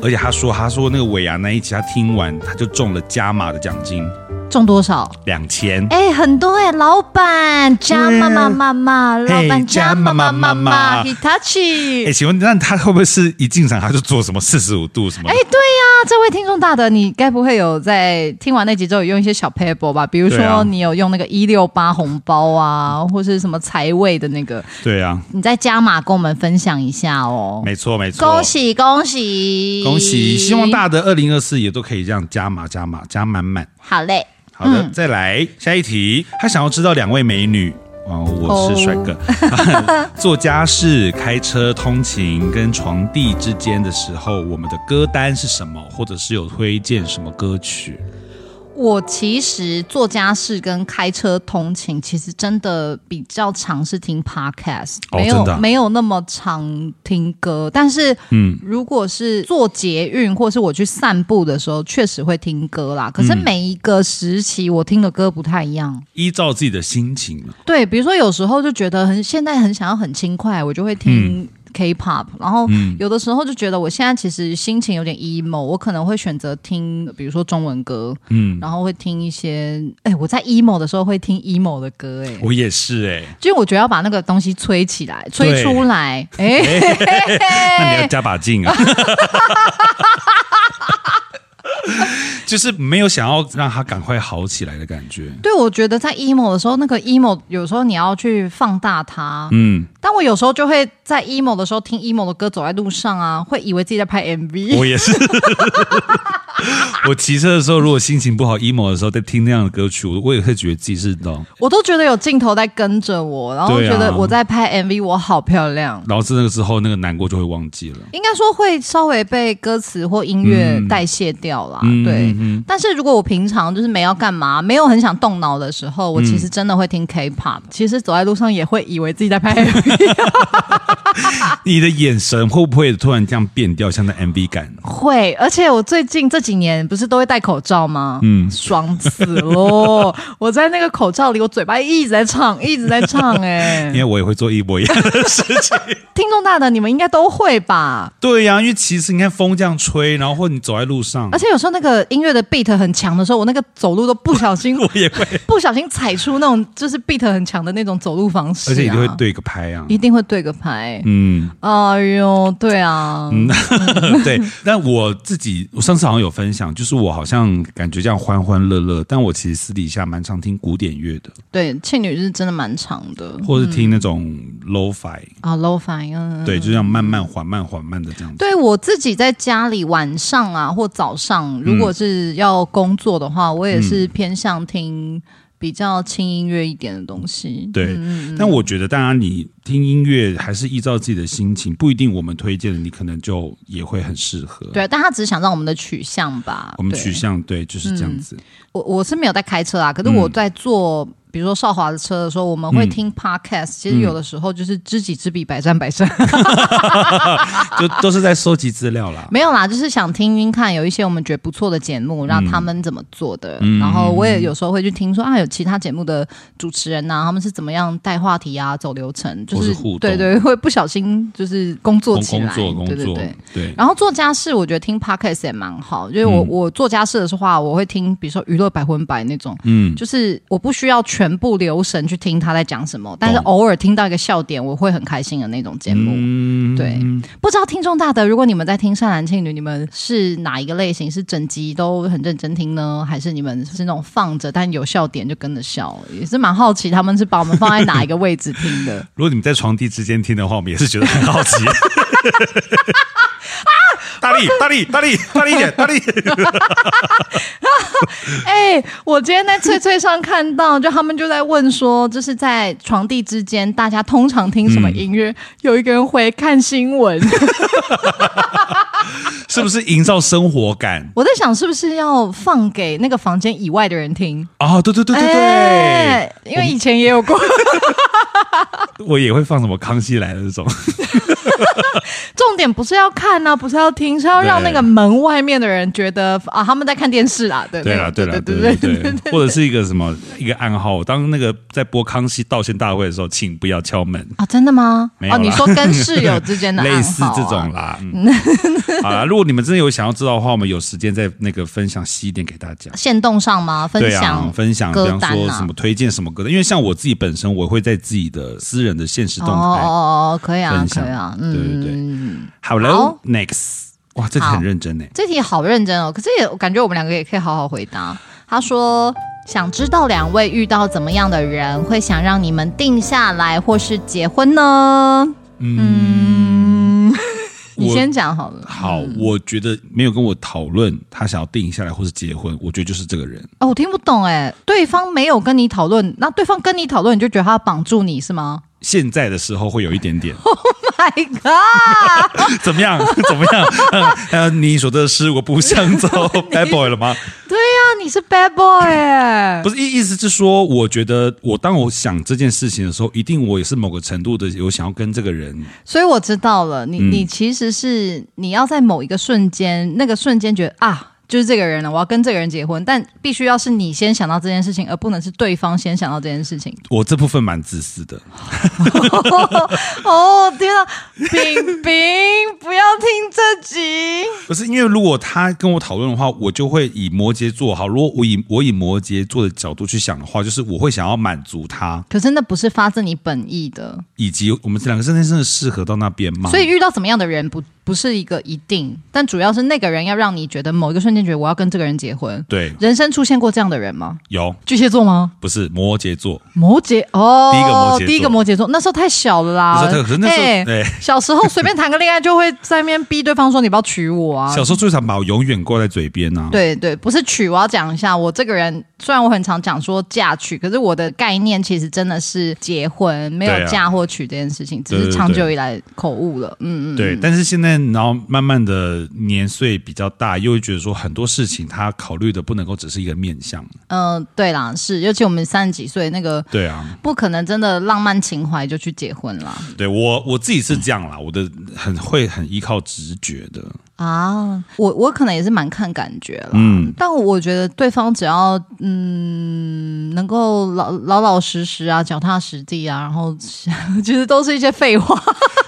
[SPEAKER 2] 而且他说，他说那个尾牙那一集，他听完他就中了加码的奖金
[SPEAKER 3] 中多少？
[SPEAKER 2] 两千。
[SPEAKER 3] 哎、很多哎、老板加妈妈妈妈，
[SPEAKER 2] 嘿
[SPEAKER 3] 老板加妈妈
[SPEAKER 2] 加妈妈
[SPEAKER 3] 妈妈
[SPEAKER 2] 妈妈
[SPEAKER 3] ，Hitachi
[SPEAKER 2] 哎、。请问那他会不会是一进场他就做什么四十五度什么
[SPEAKER 3] 哎、？对呀、这位听众大德，你该不会有在听完那集之后有用一些小 paper 吧？比如
[SPEAKER 2] 对啊
[SPEAKER 3] 说你有用那个一六八红包啊，或是什么财位的那个，
[SPEAKER 2] 对啊，
[SPEAKER 3] 你再加码跟我们分享一下哦。
[SPEAKER 2] 没错没错。
[SPEAKER 3] 恭喜恭喜
[SPEAKER 2] 恭喜！希望大的二零二四也都可以这样加码加码加满满。
[SPEAKER 3] 好嘞。
[SPEAKER 2] 好的，再来下一题。他想要知道两位美女，哦，我是帅哥， 做家事、开车通勤跟床地之间的时候，我们的歌单是什么，或者是有推荐什么歌曲？
[SPEAKER 3] 我其实做家事跟开车通勤，其实真的比较常是听 podcast，、
[SPEAKER 2] 哦
[SPEAKER 3] 没有、
[SPEAKER 2] 真的啊
[SPEAKER 3] 没有那么常听歌。但是，嗯，如果是做捷运或是我去散步的时候，确实会听歌啦。可是
[SPEAKER 2] 嗯
[SPEAKER 3] 每一个时期我听的歌不太一样。
[SPEAKER 2] 依照自己的心情嘛。
[SPEAKER 3] 对，比如说有时候就觉得很现在很想要很轻快，我就会
[SPEAKER 2] 嗯
[SPEAKER 3] 听 K-pop，、然后有的时候就觉得我现在其实心情有点 emo，我可能会选择听比如说中文歌，嗯，然后会听一些，哎，我在 emo 的时候会听 emo 的歌、哎。
[SPEAKER 2] 我也是哎、
[SPEAKER 3] 就是我觉得要把那个东西吹起来，吹
[SPEAKER 2] 对
[SPEAKER 3] 出来，哎，
[SPEAKER 2] 那你要加把劲啊！ 就是没有想要让他赶快好起来的感觉。
[SPEAKER 3] 对，我觉得在 emo 的时候，那个 emo 有时候你要去放大它，
[SPEAKER 2] 嗯，
[SPEAKER 3] 但我有时候就会在 emo 的时候听 emo 的歌，走在路上啊，会以为自己在拍 MV。
[SPEAKER 2] 我也是。 我骑车的时候，如果心情不好、emo 的时候，在听那样的歌曲，我我也会觉得自己是懂，
[SPEAKER 3] 我都觉得有镜头在跟着我，然后
[SPEAKER 2] 对啊
[SPEAKER 3] 觉得我在拍 MV，我好漂亮。
[SPEAKER 2] 然后是那个之后，那个难过就会忘记了。
[SPEAKER 3] 应该说会稍微被歌词或音乐代谢掉啦，
[SPEAKER 2] 嗯
[SPEAKER 3] 对
[SPEAKER 2] 嗯。嗯
[SPEAKER 3] 但是如果我平常就是没要干嘛，没有很想动脑的时候，我其实真的会听 K-pop、其实走在路上也会以为自己在拍 MV，
[SPEAKER 2] 你的眼神会不会突然这样变调，像那 MV 感？
[SPEAKER 3] 嗯会。而且我最近这几年不是都会戴口罩吗？嗯，爽死 咯！我在那个口罩里，我嘴巴一直在唱，一直在唱、
[SPEAKER 2] 因
[SPEAKER 3] 哎，
[SPEAKER 2] 为我也会做一模一样的事情。
[SPEAKER 3] 听众大的你们应该都会吧？
[SPEAKER 2] 对呀、因为其实你看风这样吹，然后或你走在路上
[SPEAKER 3] 而，且有时候那个音乐的 beat 很强的时候，我那个走路都不小 心
[SPEAKER 2] 我也会，
[SPEAKER 3] 不小心踩出那种就是 beat 很强的那种走路方式、啊，
[SPEAKER 2] 而且一定会对个拍啊。
[SPEAKER 3] 一定会对个拍。
[SPEAKER 2] 嗯，
[SPEAKER 3] 哎呦，对啊，
[SPEAKER 2] 对。但我自己，我上次好像有分享，就是我好像感觉这样欢欢乐乐，但我其实私底下蛮常听古典乐的。
[SPEAKER 3] 对，庆女是真的蛮长的
[SPEAKER 2] 或是听那种 low fi，、
[SPEAKER 3] 啊，low 反应。
[SPEAKER 2] 对，就这样慢慢缓慢缓慢的这样子。
[SPEAKER 3] 对我自己在家里晚上啊或早上，如果是要工作的话，我也是偏向听比较轻音乐一点的东西。
[SPEAKER 2] 对，
[SPEAKER 3] 嗯
[SPEAKER 2] 但我觉得当然你听音乐还是依照自己的心情，不一定我们推荐的你可能就也会很适合。，
[SPEAKER 3] 对，啊但他只是想让我们的取向吧。
[SPEAKER 2] 我们
[SPEAKER 3] 对
[SPEAKER 2] 取向对就是这样子。
[SPEAKER 3] 我我是没有在开车啊，可是
[SPEAKER 2] 嗯
[SPEAKER 3] 我在坐，比如说少华的车的时候，我们会听 podcast、其
[SPEAKER 2] 嗯
[SPEAKER 3] 实有的时候就是知己知彼，百战百胜。
[SPEAKER 2] 就都是在收集资料啦。
[SPEAKER 3] 没有啦，就是想听听看，有一些我们觉得不错的节目，让他们怎么做的。
[SPEAKER 2] 嗯
[SPEAKER 3] 然后我也有时候会去听说啊，有其他节目的主持人啊呐、他们是怎么样带话题啊，走流程，就
[SPEAKER 2] 或
[SPEAKER 3] 是
[SPEAKER 2] 是互动
[SPEAKER 3] 对对，会不小心就是工作
[SPEAKER 2] 工
[SPEAKER 3] 起
[SPEAKER 2] 工
[SPEAKER 3] 来，
[SPEAKER 2] 作工
[SPEAKER 3] 对对
[SPEAKER 2] 作
[SPEAKER 3] 对。
[SPEAKER 2] 对，
[SPEAKER 3] 然后做家事，我觉得听 podcast 也蛮好，
[SPEAKER 2] 嗯
[SPEAKER 3] 啊因为我、我做家事的话，我会听，比如说娱乐百分百那种，
[SPEAKER 2] 嗯，
[SPEAKER 3] 就是我不需要全全部留神去听他在讲什么，但是
[SPEAKER 2] 懂
[SPEAKER 3] 偶尔听到一个笑点，我会很开心的那种节目。
[SPEAKER 2] 嗯
[SPEAKER 3] 对，不知道听众大德，如果你们在听《善男信女》，你们是哪一个类型？是整集都很认真听呢，还是你们是那种放着但有笑点就跟着笑？也是蛮好奇他们是把我们放在哪一个位置听 的。
[SPEAKER 2] 如果你们在床地之间听的话，我们也是觉得很好 奇。
[SPEAKER 3] 啊
[SPEAKER 2] 大力，大力，大力，大力一点，大力！
[SPEAKER 3] 哎、我今天在翠翠上看到，就他们就在问说，就是在床地之间，大家通常听什么
[SPEAKER 2] 嗯
[SPEAKER 3] 音乐？有一个人回看新闻，
[SPEAKER 2] 是不是营造生活感？
[SPEAKER 3] 我在想是不是要放给那个房间以外的人听？
[SPEAKER 2] 哦，对对对对对，
[SPEAKER 3] 哎因为以前也有过，
[SPEAKER 2] 我也会放什么《康熙来了》这种。
[SPEAKER 3] 重点不是要看啊，不是要听，是要让那个门外面的人觉得啊，他们在看电视啦，对
[SPEAKER 2] 对啦，啊对啦，
[SPEAKER 3] 对
[SPEAKER 2] 对
[SPEAKER 3] 对
[SPEAKER 2] 对对，或者是一个什么一个暗号，当那个在播《康熙道歉大会》的时候，请不要敲门。
[SPEAKER 3] 啊，真的吗？
[SPEAKER 2] 没有
[SPEAKER 3] 哦，
[SPEAKER 2] 啦
[SPEAKER 3] 你说跟室友之间 的暗号啊
[SPEAKER 2] 类似这种啦，嗯、好啦，如果你们真的有想要知道的话，我们有时间再那个分享细一点给大家。
[SPEAKER 3] 线动上吗？分
[SPEAKER 2] 对
[SPEAKER 3] 享、
[SPEAKER 2] 啊，分享，比
[SPEAKER 3] 歌
[SPEAKER 2] 方
[SPEAKER 3] 单
[SPEAKER 2] 说
[SPEAKER 3] 啊
[SPEAKER 2] 什么推荐什么歌的，因为像我自己本身，我会在自己的私人的现实动态。
[SPEAKER 3] 哦哦哦，可以啊
[SPEAKER 2] 分，
[SPEAKER 3] 可
[SPEAKER 2] 享
[SPEAKER 3] 以啊，嗯，
[SPEAKER 2] 对对对
[SPEAKER 3] 嗯
[SPEAKER 2] 好
[SPEAKER 3] 好
[SPEAKER 2] 了，next，哇，这题
[SPEAKER 3] 好
[SPEAKER 2] 很认真呢。
[SPEAKER 3] 这题好认真哦，可是也我感觉我们两个也可以好好回答。他说。想知道两位遇到怎么样的人会想让你们定下来或是结婚呢？嗯，你
[SPEAKER 2] 我
[SPEAKER 3] 先讲好了。
[SPEAKER 2] 好，我觉得没有跟我讨论他想要定下来或是结婚，我觉得就是这个人。
[SPEAKER 3] 哦，我听不懂哎，对方没有跟你讨论，那对方跟你讨论，你就觉得他绑住你是吗
[SPEAKER 2] 现在的时候会有一点点
[SPEAKER 3] ？My God！
[SPEAKER 2] 怎么样？ 怎么样？ 呃呃，你所得是我不想走 bad boy 了吗？
[SPEAKER 3] 对呀、你是 bad boy 哎
[SPEAKER 2] 不，是意意思是说，我觉得我当我想这件事情的时候，一定我也是某个程度的有想要跟这个人，
[SPEAKER 3] 所以我知道了，你、
[SPEAKER 2] 嗯
[SPEAKER 3] 你其实是你要在某一个瞬间，那个瞬间觉得啊，就是这个人了，我要跟这个人结婚，但必须要是你先想到这件事情，而不能是对方先想到这件事 情。
[SPEAKER 2] 我这部分蛮自私 的。
[SPEAKER 3] 哦，天啊，饼饼，不要听这集。
[SPEAKER 2] 不是因为如果他跟我讨论的话，我就会以摩羯座好。如果我以我以摩羯座的角度去想的话，就是我会想要满足他，
[SPEAKER 3] 可是那不是发自你本意的，
[SPEAKER 2] 以及我们这两个真的真的适合到那边吗？
[SPEAKER 3] 所以遇到怎么样的人不不是一个一定，但主要是那个人要让你觉得某一个瞬间觉得我要跟这个人结婚。
[SPEAKER 2] 对，
[SPEAKER 3] 人生出现过这样的人吗？
[SPEAKER 2] 有
[SPEAKER 3] 巨蟹座吗？
[SPEAKER 2] 不是摩羯座，
[SPEAKER 3] 摩羯哦，
[SPEAKER 2] 第一个摩羯座
[SPEAKER 3] 第一个摩羯座，那时候太小了啦。
[SPEAKER 2] 那时候太可是那时候
[SPEAKER 3] 哎
[SPEAKER 2] 对
[SPEAKER 3] 小时候随便谈个恋爱就会在那边逼对方说你不要娶我啊。
[SPEAKER 2] 小时候最常把我永远挂在嘴边呐、啊。
[SPEAKER 3] 对对，不是娶，我要讲一下，我这个人虽然我很常讲说嫁娶，可是我的概念其实真的是结婚，没
[SPEAKER 2] 对
[SPEAKER 3] 有
[SPEAKER 2] 啊
[SPEAKER 3] 嫁或娶这件事情，只
[SPEAKER 2] 对
[SPEAKER 3] 是
[SPEAKER 2] 对
[SPEAKER 3] 长久
[SPEAKER 2] 对
[SPEAKER 3] 以来口误了。嗯嗯，
[SPEAKER 2] 对，但是现在，然后慢慢的年岁比较大，又会觉得说很多事情他考虑的不能够只是一个面向。
[SPEAKER 3] 嗯、对啦，是，尤其我们三十几岁，那个
[SPEAKER 2] 对啊，
[SPEAKER 3] 不可能真的浪漫情怀就去结婚啦
[SPEAKER 2] 对我我自己是这样啦，我的很会很依靠直觉的。
[SPEAKER 3] 啊！我我可能也是蛮看感觉啦，
[SPEAKER 2] 嗯，
[SPEAKER 3] 但我觉得对方只要嗯能够老老老实实啊，脚踏实地啊，然后 其实都是一些废话。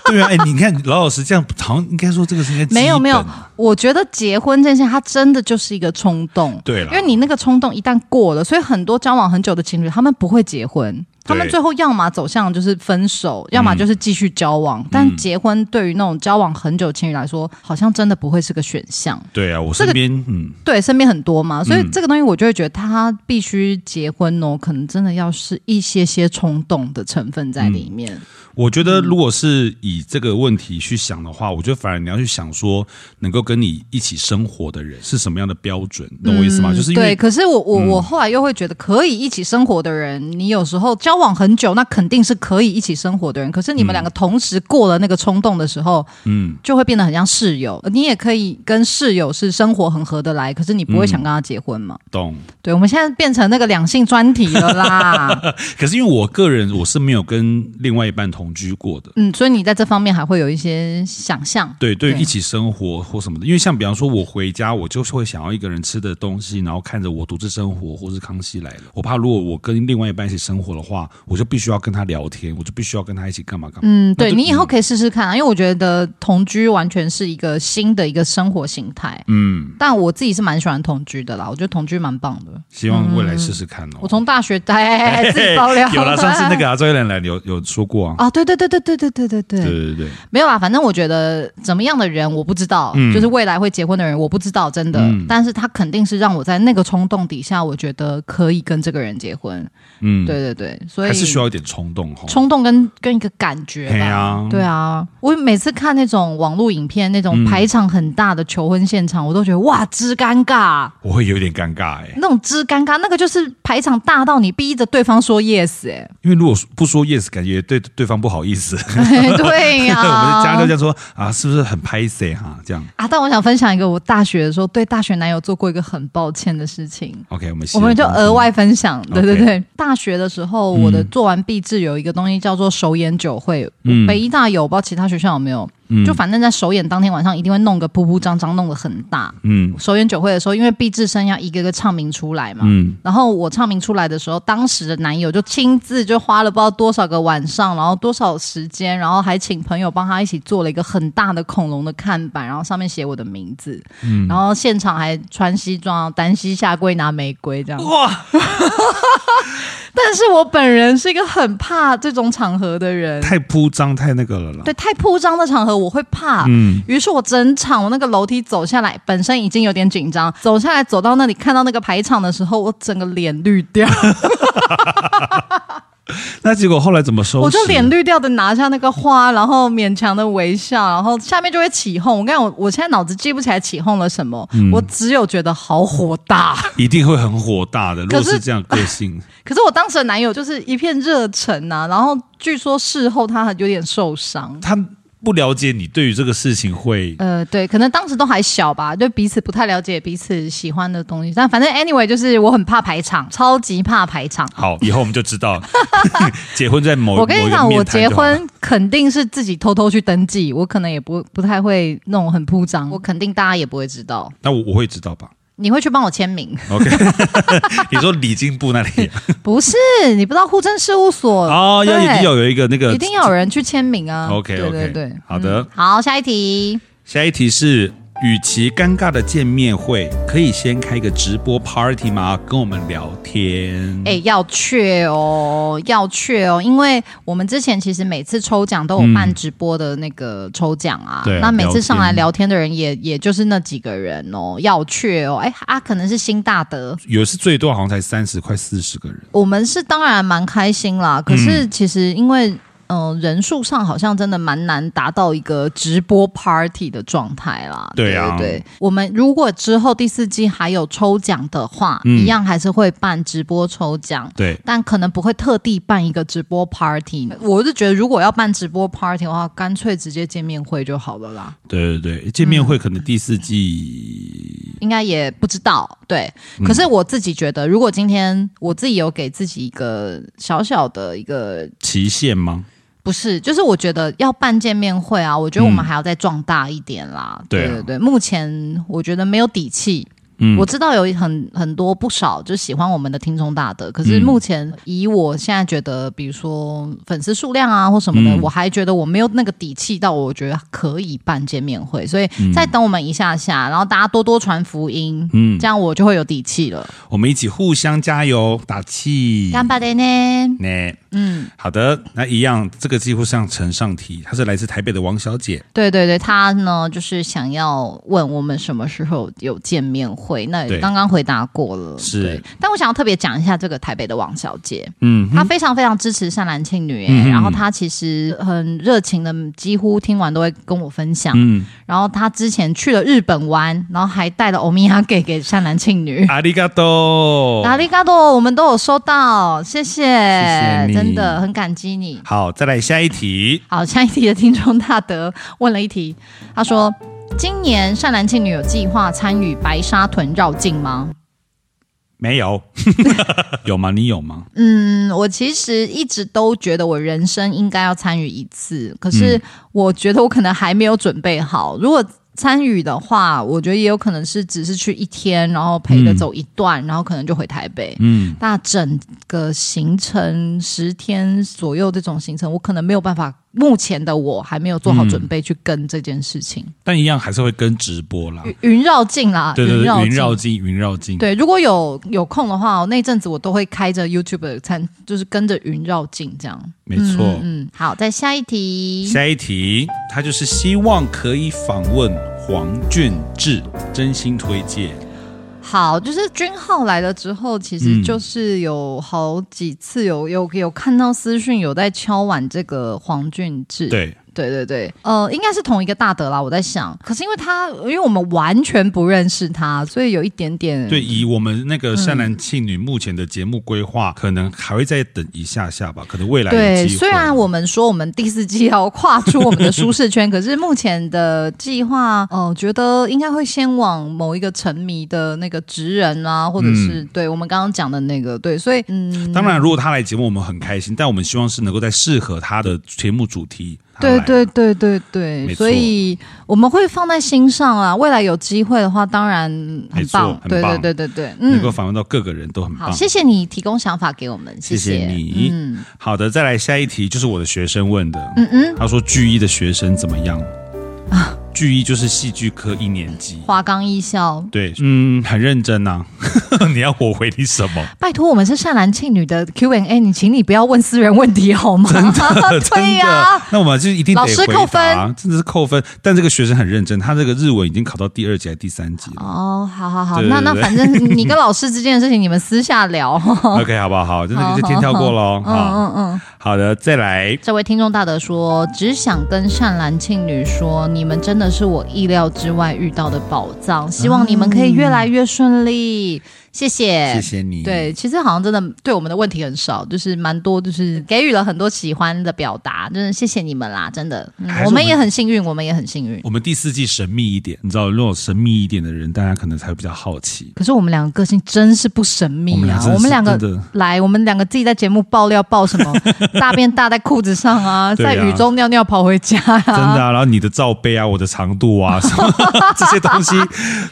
[SPEAKER 2] 对啊，哎、你看老老实这样，好像应该说这个是应该基本
[SPEAKER 3] 没有没有，我觉得结婚这件事，它真的就是一个冲动。
[SPEAKER 2] 对
[SPEAKER 3] 因
[SPEAKER 2] 啦
[SPEAKER 3] 为你那个冲动一旦过了，所以很多交往很久的情侣，他们不会结婚。他们最后要么走向就是分手，
[SPEAKER 2] 嗯
[SPEAKER 3] 要么就是继续交往。但结婚对于那种交往很久的情侣来说，好像真的不会是个选项。
[SPEAKER 2] 对啊，我
[SPEAKER 3] 这
[SPEAKER 2] 身
[SPEAKER 3] 个
[SPEAKER 2] 边、嗯，
[SPEAKER 3] 对，身边很多嘛，所以
[SPEAKER 2] 嗯
[SPEAKER 3] 这个东西我就会觉得他必须结婚哦，可能真的要是一些些冲动的成分在里
[SPEAKER 2] 嗯
[SPEAKER 3] 面。
[SPEAKER 2] 我觉得如果是以这个问题去想的话，我觉得反而你要去想说，能够跟你一起生活的人是什么样的标准，你懂我意思吗？啊就是因
[SPEAKER 3] 嗯对，
[SPEAKER 2] 为嗯
[SPEAKER 3] 可是我我、我后来又会觉得，可以一起生活的人，你有时候交往很久，那肯定是可以一起生活的人。可是你们两个同时过了那个冲动的时候，
[SPEAKER 2] 嗯，
[SPEAKER 3] 就会变得很像室友。你也可以跟室友是生活很合得来，可是你不
[SPEAKER 2] 嗯
[SPEAKER 3] 会想跟他结婚嘛？
[SPEAKER 2] 懂。
[SPEAKER 3] 对，我们现在变成那个两性专题了 啦。
[SPEAKER 2] 可是因为我个人我是没有跟另外一半同居过的。
[SPEAKER 3] 嗯，所以你在这方面还会有一些想象。
[SPEAKER 2] 对，对于
[SPEAKER 3] 对
[SPEAKER 2] 一起生活或什么的，因为像比方说，我回家我就是会想要一个人吃的东西，然后看着我独自生活，或是康熙来了，我怕如果我跟另外一半一起生活的话，话，我就必须要跟他聊天，我就必须要跟他一起干嘛干嘛。
[SPEAKER 3] 嗯，对
[SPEAKER 2] 那就
[SPEAKER 3] 你以后可以试试看啊，因为我觉得同居完全是一个新的一个生活形态。
[SPEAKER 2] 嗯，
[SPEAKER 3] 但我自己是蛮喜欢同居的啦，我觉得同居蛮棒的。
[SPEAKER 2] 希望未来试试看哦。
[SPEAKER 3] 我从大学 哎，自己爆料
[SPEAKER 2] 有了，上次那个啊，周杰伦来有有说过啊。
[SPEAKER 3] 啊，对对对对对对对对对
[SPEAKER 2] 对对对，
[SPEAKER 3] 没有啦，反正我觉得怎么样的人我不知道，
[SPEAKER 2] 嗯
[SPEAKER 3] 就是未来会结婚的人我不知道，真的。
[SPEAKER 2] 嗯
[SPEAKER 3] 但是他肯定是让我在那个冲动底下，我觉得可以跟这个人结婚。
[SPEAKER 2] 嗯，
[SPEAKER 3] 对对对，所以
[SPEAKER 2] 还是需要一点冲动吼。
[SPEAKER 3] 冲动跟跟一个感觉
[SPEAKER 2] 嘿
[SPEAKER 3] 吧。
[SPEAKER 2] 啊
[SPEAKER 3] 对啊，我每次看那种网络影片，那
[SPEAKER 2] 嗯
[SPEAKER 3] 种排场很大的求婚现场，我都觉得哇，之尴尬，
[SPEAKER 2] 我会有点尴尬哎、
[SPEAKER 3] 那种之尴尬，那个就是排场大到你逼着对方说 yes，哎、
[SPEAKER 2] 因为如果不说 yes，感觉对对方不好意思。
[SPEAKER 3] 对哎呀、
[SPEAKER 2] 我们家就这样说啊，是不是很拍 C 哈？这样
[SPEAKER 3] 啊，但我想分享一个我大学的时候对大学男友做过一个很抱歉的事情。
[SPEAKER 2] OK，我们
[SPEAKER 3] 我们就额外分享，对对
[SPEAKER 2] 嗯 OK
[SPEAKER 3] 对。大学的时候，我的做完毕制有一个东西叫做首演酒会，
[SPEAKER 2] 嗯
[SPEAKER 3] 北医大有，不知道其他学校有没有。
[SPEAKER 2] 嗯
[SPEAKER 3] 就反正在首演当天晚上，一定会弄个铺铺张张，弄得很大。
[SPEAKER 2] 嗯
[SPEAKER 3] 首演酒会的时候，因为毕志生要一个个唱名出来嘛，
[SPEAKER 2] 嗯
[SPEAKER 3] 然后我唱名出来的时候，当时的男友就亲自就花了不知道多少个晚上，然后多少时间，然后还请朋友帮他一起做了一个很大的恐龙的看板，然后上面写我的名字，
[SPEAKER 2] 嗯
[SPEAKER 3] 然后现场还穿西装，单膝下跪拿玫瑰这样。
[SPEAKER 2] 哇，
[SPEAKER 3] 但是我本人是一个很怕这种场合的人，
[SPEAKER 2] 太铺张太那个了啦。
[SPEAKER 3] 对太铺张的场合我会怕。
[SPEAKER 2] 嗯，
[SPEAKER 3] 于是我整场我那个楼梯走下来，本身已经有点紧张，走下来走到那里看到那个排场的时候，我整个脸绿掉，
[SPEAKER 2] 那结果后来怎么收拾？
[SPEAKER 3] 我就脸绿掉的拿下那个花，然后勉强的微笑，然后下面就会起哄。我跟你讲，我我现在脑子记不起来起哄了什么，我只有觉得好火大。
[SPEAKER 2] 一定会很火大的。如
[SPEAKER 3] 可
[SPEAKER 2] 果
[SPEAKER 3] 是
[SPEAKER 2] 是这样个 性，
[SPEAKER 3] 可是我当时的男友就是一片热忱呐、然后据说事后他还有点受伤。
[SPEAKER 2] 他不了解你对于这个事情会
[SPEAKER 3] 呃，对，可能当时都还小吧，对彼此不太了解彼此喜欢的东西。但反正 anyway，就是我很怕排场，超级怕排场。
[SPEAKER 2] 好，以后我们就知 道结婚在某
[SPEAKER 3] 我跟你讲，
[SPEAKER 2] 某一个面
[SPEAKER 3] 我
[SPEAKER 2] 谈
[SPEAKER 3] 结
[SPEAKER 2] 就好了
[SPEAKER 3] 婚肯定是自己偷偷去登记，我可能也不不太会那种很铺张，我肯定大家也不会知道。
[SPEAKER 2] 那我我会知道吧
[SPEAKER 3] 你会去帮我签名？
[SPEAKER 2] ？OK，你说礼金部那里啊
[SPEAKER 3] 不是，你不知道户政事务所
[SPEAKER 2] 哦，要一
[SPEAKER 3] 嗯对
[SPEAKER 2] 定要有一个那个
[SPEAKER 3] 一定要有人去签名啊。
[SPEAKER 2] OK，
[SPEAKER 3] 对
[SPEAKER 2] OK，
[SPEAKER 3] 对对，
[SPEAKER 2] 好的
[SPEAKER 3] 嗯好，下一题。
[SPEAKER 2] 下一题是，与其尴尬的见面会，可以先开个直播 party 吗？跟我们聊天。
[SPEAKER 3] 哎、要确哦，要确哦，因为我们之前其实每次抽奖都有办直播的那个抽奖啊，
[SPEAKER 2] 嗯对啊
[SPEAKER 3] 那每次上来
[SPEAKER 2] 聊
[SPEAKER 3] 聊天的人也也就是那几个人哦，要确哦，哎、啊，可能是新大德。
[SPEAKER 2] 有一次最多好像才三十，快四十个人。
[SPEAKER 3] 我们是当然蛮开心
[SPEAKER 2] 嗯
[SPEAKER 3] 啦，可是其实因为嗯、呃人数上好像真的蛮难达到一个直播 party 的状态啦。
[SPEAKER 2] 对啊
[SPEAKER 3] 对对我们如果之后第四季还有抽奖的话，
[SPEAKER 2] 嗯
[SPEAKER 3] 一样还是会办直播抽奖。
[SPEAKER 2] 对，
[SPEAKER 3] 但可能不会特地办一个直播 party，我是觉得如果要办直播 party 的话，干脆直接见面会就好了啦。
[SPEAKER 2] 对对对，见面会可能第四季，
[SPEAKER 3] 应该也不知道，对。
[SPEAKER 2] 嗯
[SPEAKER 3] 可是我自己觉得，如果今天我自己有给自己一个小小的一个
[SPEAKER 2] 期限吗？
[SPEAKER 3] 不是，就是我觉得要办见面会啊，我觉得我们
[SPEAKER 2] 嗯
[SPEAKER 3] 还要再壮大一点啦。
[SPEAKER 2] 对啊
[SPEAKER 3] 对对，目前我觉得没有底气。
[SPEAKER 2] 嗯
[SPEAKER 3] 我知道有很很多不少就喜欢我们的听众大德，可是
[SPEAKER 2] 嗯
[SPEAKER 3] 目前以我现在觉得，比如说粉丝数量啊或什么的，
[SPEAKER 2] 嗯
[SPEAKER 3] 我还觉得我没有那个底气到，我觉得可以办见面会，所以再等我们一下下，然后大家多多传福音，
[SPEAKER 2] 嗯
[SPEAKER 3] 这样我就会有底气了。
[SPEAKER 2] 我们一起互相加油打气。
[SPEAKER 3] 干巴的呢？
[SPEAKER 2] 呢，
[SPEAKER 3] 嗯，
[SPEAKER 2] 好的，那一样，这个几乎像呈上题，她是来自台北的王小 姐，
[SPEAKER 3] 对对对，他呢就是想要问我们什么时候有见面会，那
[SPEAKER 2] 对
[SPEAKER 3] 刚刚回答过了。
[SPEAKER 2] 是
[SPEAKER 3] 对，但我想要特别讲一下这个台北的王小姐，
[SPEAKER 2] 嗯
[SPEAKER 3] 她非常非常支持善男信女、欸
[SPEAKER 2] 嗯哼
[SPEAKER 3] 然后她其实很热情的，几乎听完都会跟我分享。
[SPEAKER 2] 嗯，
[SPEAKER 3] 然后她之前去了日本玩，然后还带了欧米亚给给善男信女。
[SPEAKER 2] 阿里嘎多，
[SPEAKER 3] 哪里嘎多，我们都有收到，谢谢，
[SPEAKER 2] 哦谢你
[SPEAKER 3] 真的很感激你。
[SPEAKER 2] 好，再来下一题，
[SPEAKER 3] 好，下一题的听众大德问了一题，他说：“今年善男信女有计划参与白沙屯绕境吗
[SPEAKER 2] 没有， 有吗？你有吗？？”
[SPEAKER 3] 嗯，我其实一直都觉得我嗯人生应该要参与一次，可是我觉得我可能还没有准备好。如果参与的话，我觉得也有可能是只是去一天，然后陪着
[SPEAKER 2] 嗯
[SPEAKER 3] 走一段，然后可能就回台北。
[SPEAKER 2] 嗯，
[SPEAKER 3] 那整个行程十天左右这种行程，我可能没有办法。目前的我还没有做好准备去跟这件事情，
[SPEAKER 2] 但一样还是会跟直播啦。
[SPEAKER 3] 云云绕境啦，
[SPEAKER 2] 对对对，
[SPEAKER 3] 绕
[SPEAKER 2] 云绕
[SPEAKER 3] 境。
[SPEAKER 2] 境，云绕境。
[SPEAKER 3] 对，如果有有空的话，我那阵子我都会开着 YouTube 的餐，就是跟着云绕境这样。
[SPEAKER 2] 没错
[SPEAKER 3] 嗯，嗯好，再下一题。
[SPEAKER 2] 下一题，他就是希望可以访问黄俊志，真心推荐。
[SPEAKER 3] 好，就是君浩来了之后，其实
[SPEAKER 2] 嗯
[SPEAKER 3] 就是有好几次有有有看到私讯有在敲碗这个黄俊志，
[SPEAKER 2] 对，
[SPEAKER 3] 对嗯对对，呃，应该是同一个大德啦，我在想。可是因为他，因为我们完全不认识他，所以有一点点
[SPEAKER 2] 对，以我们那个善男信女目前的节目规划，可能还会再等一下下吧，可能未来有
[SPEAKER 3] 对，
[SPEAKER 2] 机会。
[SPEAKER 3] 虽然我们说我们第四季要跨出我们的舒适圈，可 是目前的计划，呃，觉得应该会先往某一个沉迷的那个职人啊，或者是、
[SPEAKER 2] 嗯
[SPEAKER 3] 对我们刚刚讲的那个，对，所以嗯，
[SPEAKER 2] 当然，如果他来节目，我们很开心，但我们希望是能够在适合他的节目主题。他
[SPEAKER 3] 对
[SPEAKER 2] 来
[SPEAKER 3] 对对对对，
[SPEAKER 2] 没错
[SPEAKER 3] 所以我们会放在心上啊。未来有机会的话，当然
[SPEAKER 2] 没
[SPEAKER 3] 很
[SPEAKER 2] 错
[SPEAKER 3] 棒，
[SPEAKER 2] 很
[SPEAKER 3] 对对
[SPEAKER 2] 棒
[SPEAKER 3] 对对对，
[SPEAKER 2] 能够
[SPEAKER 3] 嗯，
[SPEAKER 2] 访问到各个人都很棒。
[SPEAKER 3] 好，谢谢你提供想法给我们，
[SPEAKER 2] 谢
[SPEAKER 3] 谢
[SPEAKER 2] 谢你。
[SPEAKER 3] 嗯
[SPEAKER 2] 好的，再来下一题，就是我的学生问的，
[SPEAKER 3] 嗯嗯，啊
[SPEAKER 2] 他说巨一的学生怎么样？巨一就是戏剧科一年级。
[SPEAKER 3] 华冈艺校。
[SPEAKER 2] 对，嗯，很认真呐、 你要我回你 什么？
[SPEAKER 3] 拜托，我们是善男信女的 Q&A，你请你不要问私人问题好吗？啊 对呀、
[SPEAKER 2] 真的那我们就一定得
[SPEAKER 3] 老师
[SPEAKER 2] 回答
[SPEAKER 3] 扣分，
[SPEAKER 2] 真的是扣分。但这个学生很认真，他这个日文已经考到第二级还是第三级了。
[SPEAKER 3] 哦，好好好，
[SPEAKER 2] 对对
[SPEAKER 3] 那那
[SPEAKER 2] 对
[SPEAKER 3] 反正 你跟老师之间的事情，你们私下聊。
[SPEAKER 2] OK，好不好？好，真的就先跳过喽。
[SPEAKER 3] 嗯
[SPEAKER 2] 好，
[SPEAKER 3] 嗯嗯。
[SPEAKER 2] 好的，再来。
[SPEAKER 3] 这位听众大德说：“只想跟善兰庆女说，你们真的是我意料之外遇到的宝藏，希望你们可以越来越顺利。谢谢，
[SPEAKER 2] 谢谢你
[SPEAKER 3] 对，其实好像真的对我们的问题很少，就是蛮多，就是给予了很多喜欢的表达，真的谢谢你们啦，真的，嗯
[SPEAKER 2] 还是
[SPEAKER 3] 我
[SPEAKER 2] 我
[SPEAKER 3] 们
[SPEAKER 2] 们
[SPEAKER 3] 也很幸运，我们也很幸运。
[SPEAKER 2] 我们第四季神秘一点，你知道，如果神秘一点的人，大家可能才会比较好奇。
[SPEAKER 3] 可是我们两个个性真是不神秘
[SPEAKER 2] 我们俩
[SPEAKER 3] 啊！
[SPEAKER 2] 真的
[SPEAKER 3] 我们两个
[SPEAKER 2] 是真的
[SPEAKER 3] 来，我们两个自己在节目爆料 爆什么，大便大在裤子上啊，
[SPEAKER 2] 对啊
[SPEAKER 3] 在雨中尿尿跑回家 啊，
[SPEAKER 2] 真的、啊，然后你的罩杯啊，我的长度 啊， 什么这些东西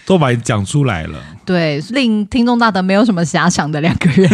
[SPEAKER 2] 都把你讲出来了。
[SPEAKER 3] 对，令听众大德没有什么遐想的两个 人。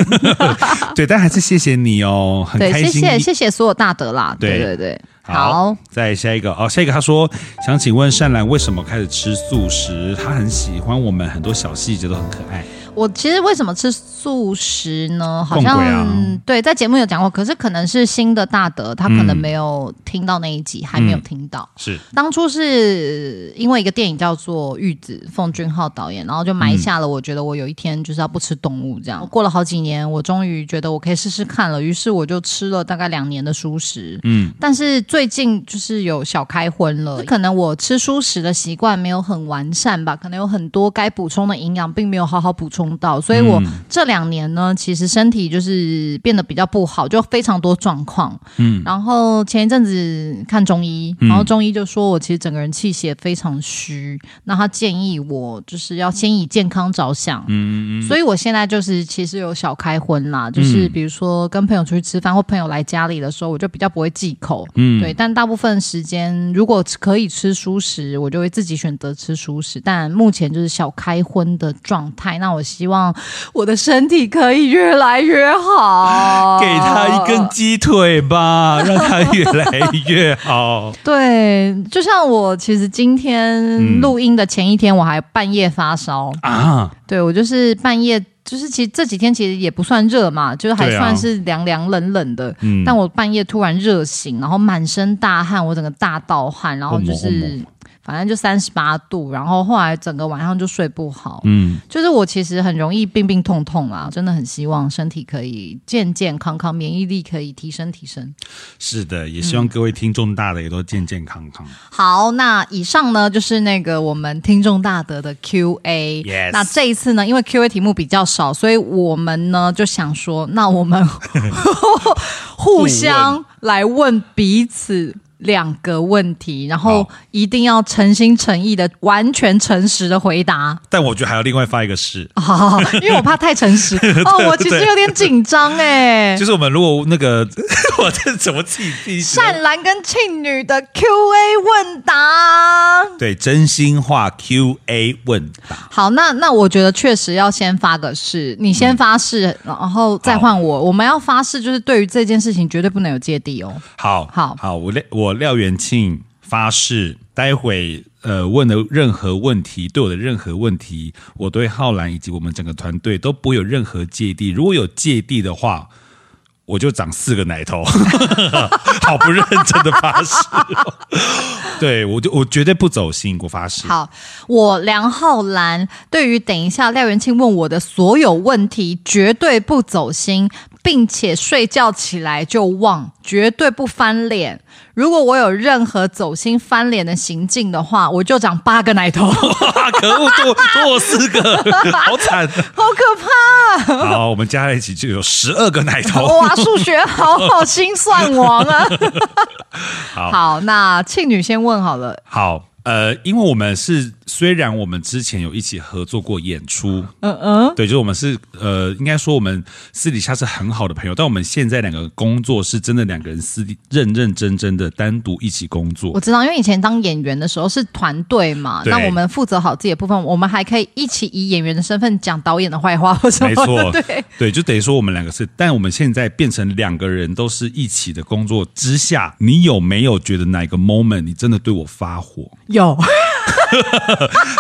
[SPEAKER 2] 对，但还是谢谢你哦，很
[SPEAKER 3] 对，
[SPEAKER 2] 开
[SPEAKER 3] 谢
[SPEAKER 2] 心。
[SPEAKER 3] 谢谢谢所有大德啦。对
[SPEAKER 2] 对
[SPEAKER 3] 对对，
[SPEAKER 2] 好，再下一个哦，下一个他说想请问善兰为什么开始吃素食？他很喜欢我们很多小细节都很可爱。
[SPEAKER 3] 我其实为什么吃素食呢？好
[SPEAKER 2] 共
[SPEAKER 3] 像、
[SPEAKER 2] 轨啊
[SPEAKER 3] 对，在节目有讲过，可是可能是新的大德他可能
[SPEAKER 2] 嗯
[SPEAKER 3] 没有听到那一集，还没有
[SPEAKER 2] 嗯
[SPEAKER 3] 听到。
[SPEAKER 2] 是，
[SPEAKER 3] 当初是因为一个电影叫做《玉子》，奉俊昊导演，然后就埋下了我觉得我有一天就是要不吃动物这样。过了好几年，我终于觉得我可以试试看了，于是我就吃了大概两年的蔬食。
[SPEAKER 2] 嗯，
[SPEAKER 3] 但是最近就是有小开荤了，可能我吃蔬食的习惯没有很完善吧，可能有很多该补充的营养并没有好好补充到，所以我这两年呢，其实身体就是变得比较不好，就非常多状况。嗯，然后前一阵子看中医，然后中医就说我其实整个人气血非常虚，那他建议我就是要先以健康着想，
[SPEAKER 2] 嗯
[SPEAKER 3] 所以我现在就是其实有小开荤啦，就是比如说跟朋友出去吃饭或朋友来家里的时候，我就比较不会忌口，
[SPEAKER 2] 嗯
[SPEAKER 3] 对。但大部分时间如果可以吃蔬食，我就会自己选择吃蔬食。但目前就是小开荤的状态，那我希望我的身体可以越来越好，
[SPEAKER 2] 给他一根。鸡腿吧，让他越来越 好。
[SPEAKER 3] 对，就像我其实今天
[SPEAKER 2] 嗯
[SPEAKER 3] 录音的前一天，我还半夜发烧。
[SPEAKER 2] 啊，
[SPEAKER 3] 对我就是半夜，就是其实这几天其实也不算热嘛，就是还
[SPEAKER 2] 对啊
[SPEAKER 3] 算是凉凉冷冷的。
[SPEAKER 2] 嗯，
[SPEAKER 3] 但我半夜突然热醒，然后满身大汗，我整个大盗汗，然后就
[SPEAKER 2] 哦莫哦
[SPEAKER 3] 是反正就三十八度，然后后来整个晚上就睡不好。
[SPEAKER 2] 嗯，
[SPEAKER 3] 就是我其实很容易病病痛痛啊，真的很希望身体可以健健康康，免疫力可以提升提升。
[SPEAKER 2] 是的，也希
[SPEAKER 3] 嗯
[SPEAKER 2] 望各位听众大的也都健健康康。
[SPEAKER 3] 好，那以上呢就是那个我们听众大德的 Q&A。
[SPEAKER 2] Yes
[SPEAKER 3] 那这一次呢，因为 Q&A 题目比较少，所以我们呢就想 说，那我们互相来问彼此两个问题，然后
[SPEAKER 2] 好
[SPEAKER 3] 一定要诚心诚意的、完全诚实的回答。
[SPEAKER 2] 但我觉得还要另外发一个誓，
[SPEAKER 3] 好好好，因为我怕太诚实 哦，我其实有点紧张哎、
[SPEAKER 2] 就是我们如果那个， 我这怎么自己自己想
[SPEAKER 3] 善兰跟庆女的 Q&A 问答。
[SPEAKER 2] 对真心话 Q&A 问答，
[SPEAKER 3] 好，那那我觉得确实要先发个誓，你先发誓，然后再换我。我们要发誓，就是对于这件事情绝对不能有芥蒂哦。
[SPEAKER 2] 好
[SPEAKER 3] 好
[SPEAKER 2] 好，我廖我廖元庆发誓，待会呃问的任何问题，对我的任何问题，我对浩然以及我们整个团队都不会有任何芥蒂。如果有芥蒂的话，我就长四个奶头， 好不认真的发誓、哦。对我就我绝对不走心，我发誓。
[SPEAKER 3] 好，我梁浩然对于等一下廖元庆问我的所有问题，绝对不走心，并且睡觉起来就忘，绝对不翻脸。如果我有任何走心翻脸的行径的话，我就长八个奶头， 好
[SPEAKER 2] 哇， 可恶，多多我四个，好惨。
[SPEAKER 3] 可 怕、
[SPEAKER 2] 好，我们加在一起就有十二个奶头。
[SPEAKER 3] 哇，数学好好，心算王啊！
[SPEAKER 2] 好
[SPEAKER 3] 好，那庆女先问好了，
[SPEAKER 2] 好，呃，因为我们是虽然我们之前有一起合作过演出，
[SPEAKER 3] 嗯嗯，
[SPEAKER 2] 对，就是我们是呃，应该说我们私底下是很好的朋友，但我们现在两个工作是真的两个人私底认认真真的单独一起工
[SPEAKER 3] 我
[SPEAKER 2] 作。
[SPEAKER 3] 知道，因为以前当演员的时候是团队嘛，
[SPEAKER 2] 对
[SPEAKER 3] 那我们负责好自己的部分，我们还可以一起以演员的身份讲导演的坏话或什
[SPEAKER 2] 没
[SPEAKER 3] 么
[SPEAKER 2] 错
[SPEAKER 3] 的， 对。，
[SPEAKER 2] 对，就等于说我们两个是，但我们现在变成两个人都是一起的工作之下，你有没有觉得哪个 moment 你真的对我发火？
[SPEAKER 3] 有，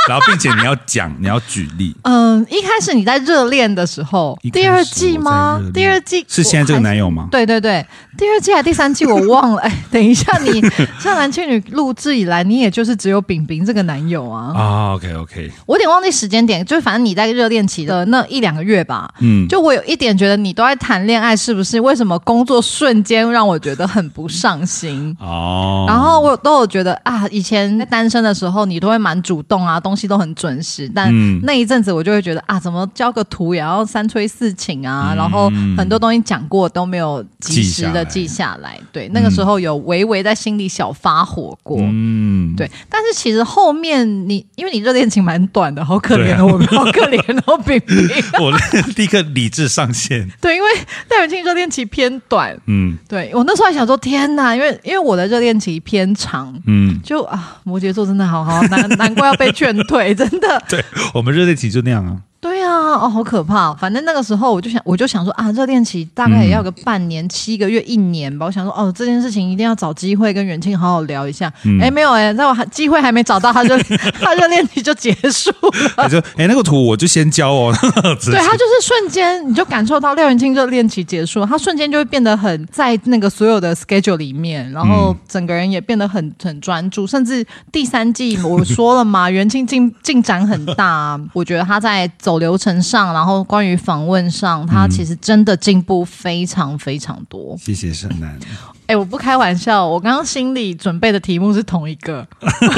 [SPEAKER 2] 然后，并且你要讲，你要举例。
[SPEAKER 3] 嗯，一开始你在热恋的时候
[SPEAKER 2] 一，开始
[SPEAKER 3] 第二季吗
[SPEAKER 2] 我在热？恋
[SPEAKER 3] 第二季
[SPEAKER 2] 是现在这个男友吗
[SPEAKER 3] 我还是对对对，第二季还是第三季我忘了。哎，等一下 你，像男倩女录制以来，你也就是只有饼饼这个男友啊。
[SPEAKER 2] 啊、o k OK，
[SPEAKER 3] 我有点忘记时间点，就是反正你在热恋期的那一两个月吧，
[SPEAKER 2] 嗯
[SPEAKER 3] 就我有一点觉得你都在谈恋爱，是不是？为什么工作瞬间让我觉得很不上心？
[SPEAKER 2] 哦，
[SPEAKER 3] 然后我都有觉得啊，以前在单身的时候，你都会蛮主动啊，东西都很准时。但
[SPEAKER 2] 嗯
[SPEAKER 3] 那一阵子，我就会觉得啊，怎么交个图也要三催四请
[SPEAKER 2] 嗯
[SPEAKER 3] 啊，然后很多东西讲过都没有及时的
[SPEAKER 2] 记
[SPEAKER 3] 记下来。对，那个时候有微微在心里小发火过。
[SPEAKER 2] 嗯，
[SPEAKER 3] 对，但是其实后面你因为你热恋情蛮短的，好可
[SPEAKER 2] 对
[SPEAKER 3] 怜
[SPEAKER 2] 啊
[SPEAKER 3] 哦，我们 好可怜哦，饼饼。
[SPEAKER 2] 我立刻理智上线。
[SPEAKER 3] 对，因为戴元庆热恋期偏短，
[SPEAKER 2] 嗯
[SPEAKER 3] 对我那时候还想说天哪，因为因为我的热恋期偏长，
[SPEAKER 2] 嗯，
[SPEAKER 3] 就啊，摩羯座真的好好难， 难怪要被劝退，真的。
[SPEAKER 2] 对我们热恋期就那样啊。
[SPEAKER 3] 对啊，哦，好可怕哦、反正那个时候我就想，我就想说啊，热恋期大概
[SPEAKER 2] 嗯
[SPEAKER 3] 也要个半年、七个月、一年吧。我想说，哦，这件事情一定要找机会跟远庆好好聊一下。哎、
[SPEAKER 2] 嗯
[SPEAKER 3] 没有哎、在我还机会还没找到，他热 他热恋期就结束了。
[SPEAKER 2] 他就哎，那个图我就先交哦。 直接
[SPEAKER 3] 呃对他就是瞬间，你就感受到廖元庆热恋期结束，他瞬间就会变得很在那个所有的 schedule 里面，然后整个人也变得很很专注，甚至第三季我说了嘛，元庆进进展很大，我觉得他在走流程上，然后关于访问上，他其实真的进步非常非常多。
[SPEAKER 2] 谢谢沈南，
[SPEAKER 3] 哎、我不开玩笑，我刚刚心里准备的题目是同一个。 这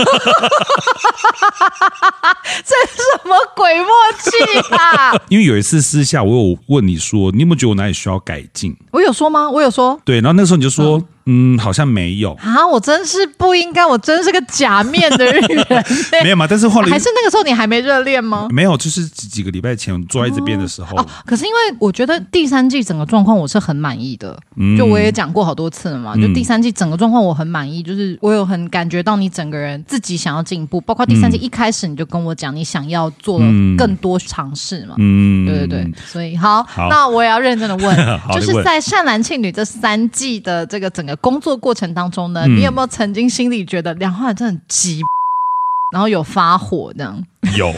[SPEAKER 3] 什么鬼默契啊！
[SPEAKER 2] 因为有一次私下我有问你说，你有没有觉得我哪里需要改进？
[SPEAKER 3] 我有说吗？我有说
[SPEAKER 2] 对，然后那时候你就说，嗯，好像没有，
[SPEAKER 3] 啊！我真是不应该，我真是个假面的人、欸。
[SPEAKER 2] 没 有嘛。但是后来
[SPEAKER 3] 还是那个时候你还没热恋吗？
[SPEAKER 2] 没有，就是几几个礼拜前坐在这边的时候
[SPEAKER 3] 哦，，可是因为我觉得第三季整个状况我是很满意的，
[SPEAKER 2] 嗯
[SPEAKER 3] 就我也讲过好多次了嘛，就第三季整个状况我很满意，就是我有很感觉到你整个人自己想要进步，包括第
[SPEAKER 2] 嗯
[SPEAKER 3] 三季一开始你就跟我讲你想要做了更多尝试嘛，
[SPEAKER 2] 嗯，
[SPEAKER 3] 对对对，所以好，
[SPEAKER 2] 好
[SPEAKER 3] 那我也要认真的 问，
[SPEAKER 2] 好
[SPEAKER 3] 就
[SPEAKER 2] 你
[SPEAKER 3] 是
[SPEAKER 2] 问
[SPEAKER 3] 在《善男信女》这三季的这个整个工作过程当中呢，
[SPEAKER 2] 嗯
[SPEAKER 3] 你有没有曾经心里觉得梁浩然真的很急，然后有发火这样？
[SPEAKER 2] 有。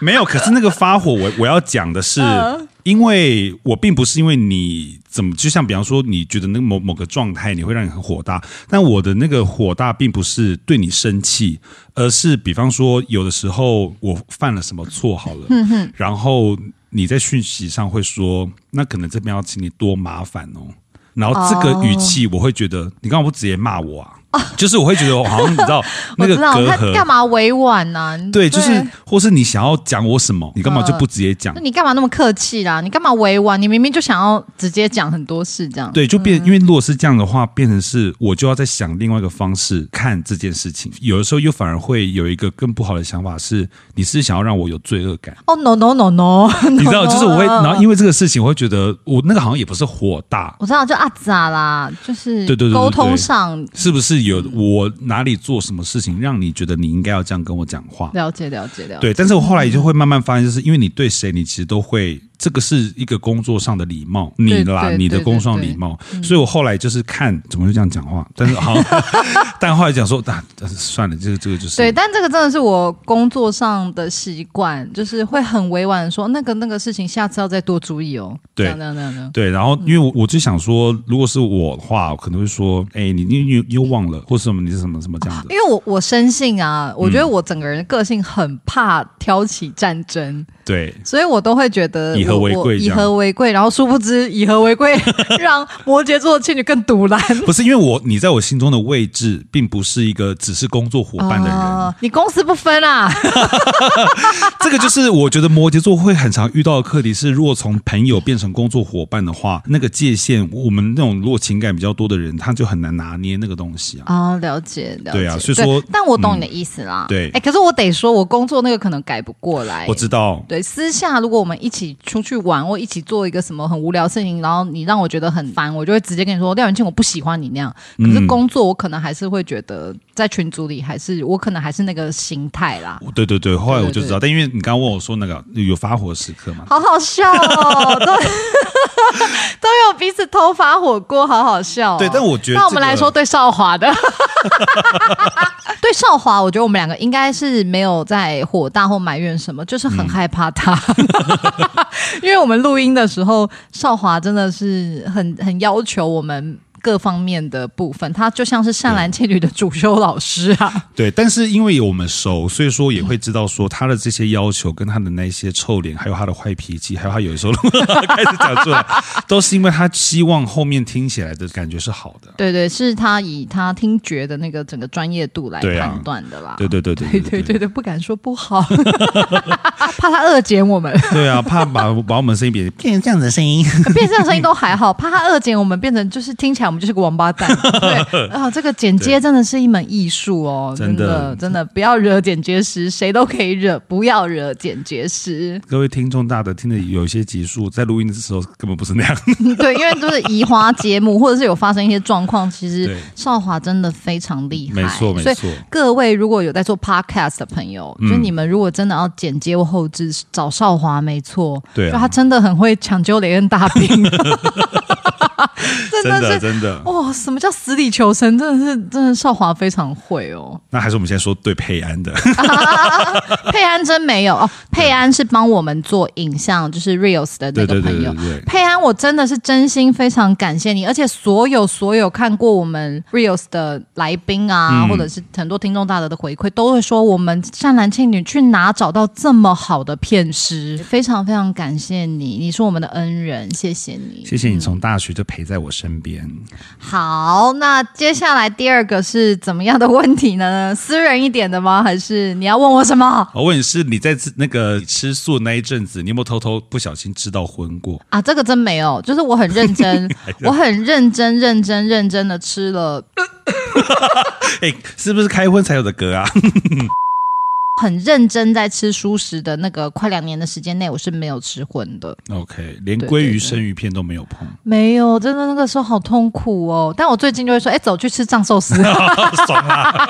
[SPEAKER 2] 没有，可是那个发火，我我要讲的是，
[SPEAKER 3] 嗯
[SPEAKER 2] 因为我并不是因为你怎么，就像比方说，你觉得那个某某个状态你会让你很火大，但我的那个火大并不是对你生气，而是比方说有的时候我犯了什么错好了， 然后你在讯息上会说，那可能
[SPEAKER 3] 哦
[SPEAKER 2] 这边要请你多麻烦哦，然后这个语气我会觉得，你刚刚不直接骂我啊？ 就是我会觉得我好像你知道那个
[SPEAKER 3] 我知道
[SPEAKER 2] 隔
[SPEAKER 3] 他干
[SPEAKER 2] 阂，
[SPEAKER 3] 嘛委婉呢、啊？
[SPEAKER 2] 对，就是或是你想要讲我什么，你干嘛就不直接讲
[SPEAKER 3] 嗯那？你干嘛那么客气啦？你干嘛委婉？你明明就想要直接讲很多事，这样。
[SPEAKER 2] 对，就变，因为如果是这样的话，变成是我就要再想另外一个方式看这件事情。有的时候又反而会有一个更不好的想法是，你是想要让我有罪恶 感，
[SPEAKER 3] 哦、no no no no，你嗯
[SPEAKER 2] 你知道，就是我会，然后因为这个事情，我会觉得我那个好像也不是火大，
[SPEAKER 3] 我知道就阿杂啦，就是
[SPEAKER 2] 对对对对
[SPEAKER 3] 沟通上
[SPEAKER 2] 是不是有我哪里做什么事情让你觉得你应该要这样跟我讲话？
[SPEAKER 3] 了解了解了解。
[SPEAKER 2] 对，但是我后来就会慢慢发现，就是因为你对谁，你其实都会，这个是一个工作上的礼貌，你啦，
[SPEAKER 3] 对
[SPEAKER 2] 你的工作上的礼貌，嗯所以我后来就是看怎么会这样讲话，但是 好， 但后来讲说，啊，算了，这个这个就是
[SPEAKER 3] 对，但这个真的是我工作上的习惯，就是会很委婉地说那个那个事情，下次要再多注意哦。
[SPEAKER 2] 对
[SPEAKER 3] 这样这样这样这样。
[SPEAKER 2] 对，然后因为我我就想说，如果是我的话，我可能会说，哎，你你你又忘了，或是什么，你是什么什么这样的
[SPEAKER 3] 因。为我我深信啊，我觉得我整个人的个性很怕挑起战争，
[SPEAKER 2] 对，
[SPEAKER 3] 所以我都会觉得
[SPEAKER 2] 嗯以和
[SPEAKER 3] 我
[SPEAKER 2] 为
[SPEAKER 3] 我
[SPEAKER 2] 贵这
[SPEAKER 3] 以
[SPEAKER 2] 样
[SPEAKER 3] 和为贵。然后殊不知以和为 贵让摩羯座的倩女更独揽。
[SPEAKER 2] 不是因为我你在我心中的位置，并不是一个只是工作伙伴的人，
[SPEAKER 3] 哦你公私不 分啊？
[SPEAKER 2] 这个就是我觉得摩羯座会很常遇到的课题是，如果从朋友变成工作伙伴的话，那个界限，我们那种如果情感比较多的人，他就很难拿捏那个东西啊。
[SPEAKER 3] 哦，了解了解。
[SPEAKER 2] 对啊所以说
[SPEAKER 3] 对但我懂你的意思啦。
[SPEAKER 2] 对
[SPEAKER 3] 哎，可是我得说，我工作那个可能改不过来
[SPEAKER 2] 我。知道，
[SPEAKER 3] 对，私下如果我们一起出去玩，或一起做一个什么很无聊的事情，然后你让我觉得很烦，我就会直接跟你说，廖元庆，我不喜欢你那样。可是工作，我可能还是会觉得在群组里，还是我可能还是那个心态啦。
[SPEAKER 2] 对对对，后来我就知道，但因为你刚刚问我说那个有发火的时刻嘛，
[SPEAKER 3] 好好笑哦， 都都有彼此偷发火锅，好好笑哦、
[SPEAKER 2] 对但我觉得
[SPEAKER 3] 那我们
[SPEAKER 2] 这个
[SPEAKER 3] 来说对少华的， 对少华，我觉得我们两个应该是没有在火大或埋怨什么，就是
[SPEAKER 2] 嗯
[SPEAKER 3] 很害怕他， 因为我们录音的时候，少华真的是很很要求我们。各方面的部分，他就像是善兰倩女的主修老师啊，
[SPEAKER 2] 对，但是因为有我们熟，所以说也会知道说他的这些要求跟他的那些臭脸，还有他的坏脾气，还有他有时候 开始讲出来，都是因为他希望后面听起来的感觉是好 的。
[SPEAKER 3] 对对，是他以他听觉的那个整个专业度来
[SPEAKER 2] 对啊
[SPEAKER 3] 判断的啦。
[SPEAKER 2] 对对对对
[SPEAKER 3] 对对对对，不敢说 不好，怕他恶减我们，
[SPEAKER 2] 对啊，怕把把我们声音变 变成这样子的声音。
[SPEAKER 3] 变这样声音都还好，怕他恶减我们变成就是听起来我们就是个王八蛋。 对啊，这个剪接真的是一门艺术哦，
[SPEAKER 2] 真
[SPEAKER 3] 真
[SPEAKER 2] 的
[SPEAKER 3] 的真的不要惹剪接师，谁都可以惹，不要惹剪接师。
[SPEAKER 2] 各位听众大的听的有一些集数，在录音的时候根本不是那样。
[SPEAKER 3] 对，因为都是移花接木，或者是有发生一些状况，其实
[SPEAKER 2] 对
[SPEAKER 3] 少华真的非常厉害，
[SPEAKER 2] 没错没错嗯
[SPEAKER 3] 所以各位如果有在做 podcast 的朋友，就你们如果真的要剪接或后置，找少华没错，
[SPEAKER 2] 对啊
[SPEAKER 3] 就他真的很会抢救雷恩大 兵，真
[SPEAKER 2] 真
[SPEAKER 3] 的
[SPEAKER 2] 的
[SPEAKER 3] 是。
[SPEAKER 2] 真的。
[SPEAKER 3] 哇、什么叫死里求生？真的是，真的少华非常会哦。
[SPEAKER 2] 那还是我们先说对佩安的，
[SPEAKER 3] 佩安真没有哦，佩安是帮我们做影像，就是 reels 的那
[SPEAKER 2] 对
[SPEAKER 3] 个
[SPEAKER 2] 对对
[SPEAKER 3] 朋友
[SPEAKER 2] 对。对对。
[SPEAKER 3] 佩安，我真的是真心非常感谢你，而且所有所有看过我们 Reels 的来宾啊，
[SPEAKER 2] 嗯
[SPEAKER 3] 或者是很多听众大德的回馈，都会说我们善男信女去哪找到这么好的片师，非常非常感谢你，你是我们的恩人，谢谢你。
[SPEAKER 2] 谢谢你从大学就陪在我身边。
[SPEAKER 3] 好，那接下来第二个是怎么样的问题呢？私人一点的吗？还是你要问我什么？
[SPEAKER 2] 我问你是你在吃那个吃素那一阵子，你有没有偷偷不小心吃到荤过？
[SPEAKER 3] 啊，这个真没有，就是我很认真，我很认真、认真、认真的吃了
[SPEAKER 2] 哎，是不是开荤才有的歌啊？
[SPEAKER 3] 很认真在吃素食的那个快两年的时间内，我是没有吃荤的，
[SPEAKER 2] OK，连
[SPEAKER 3] 对对
[SPEAKER 2] 鲑鱼、
[SPEAKER 3] 对
[SPEAKER 2] 生鱼片都没有碰，
[SPEAKER 3] 没有，真的那个时候好痛苦哦。但我最近就会说，哎，走去吃藏寿司，
[SPEAKER 2] 爽啊！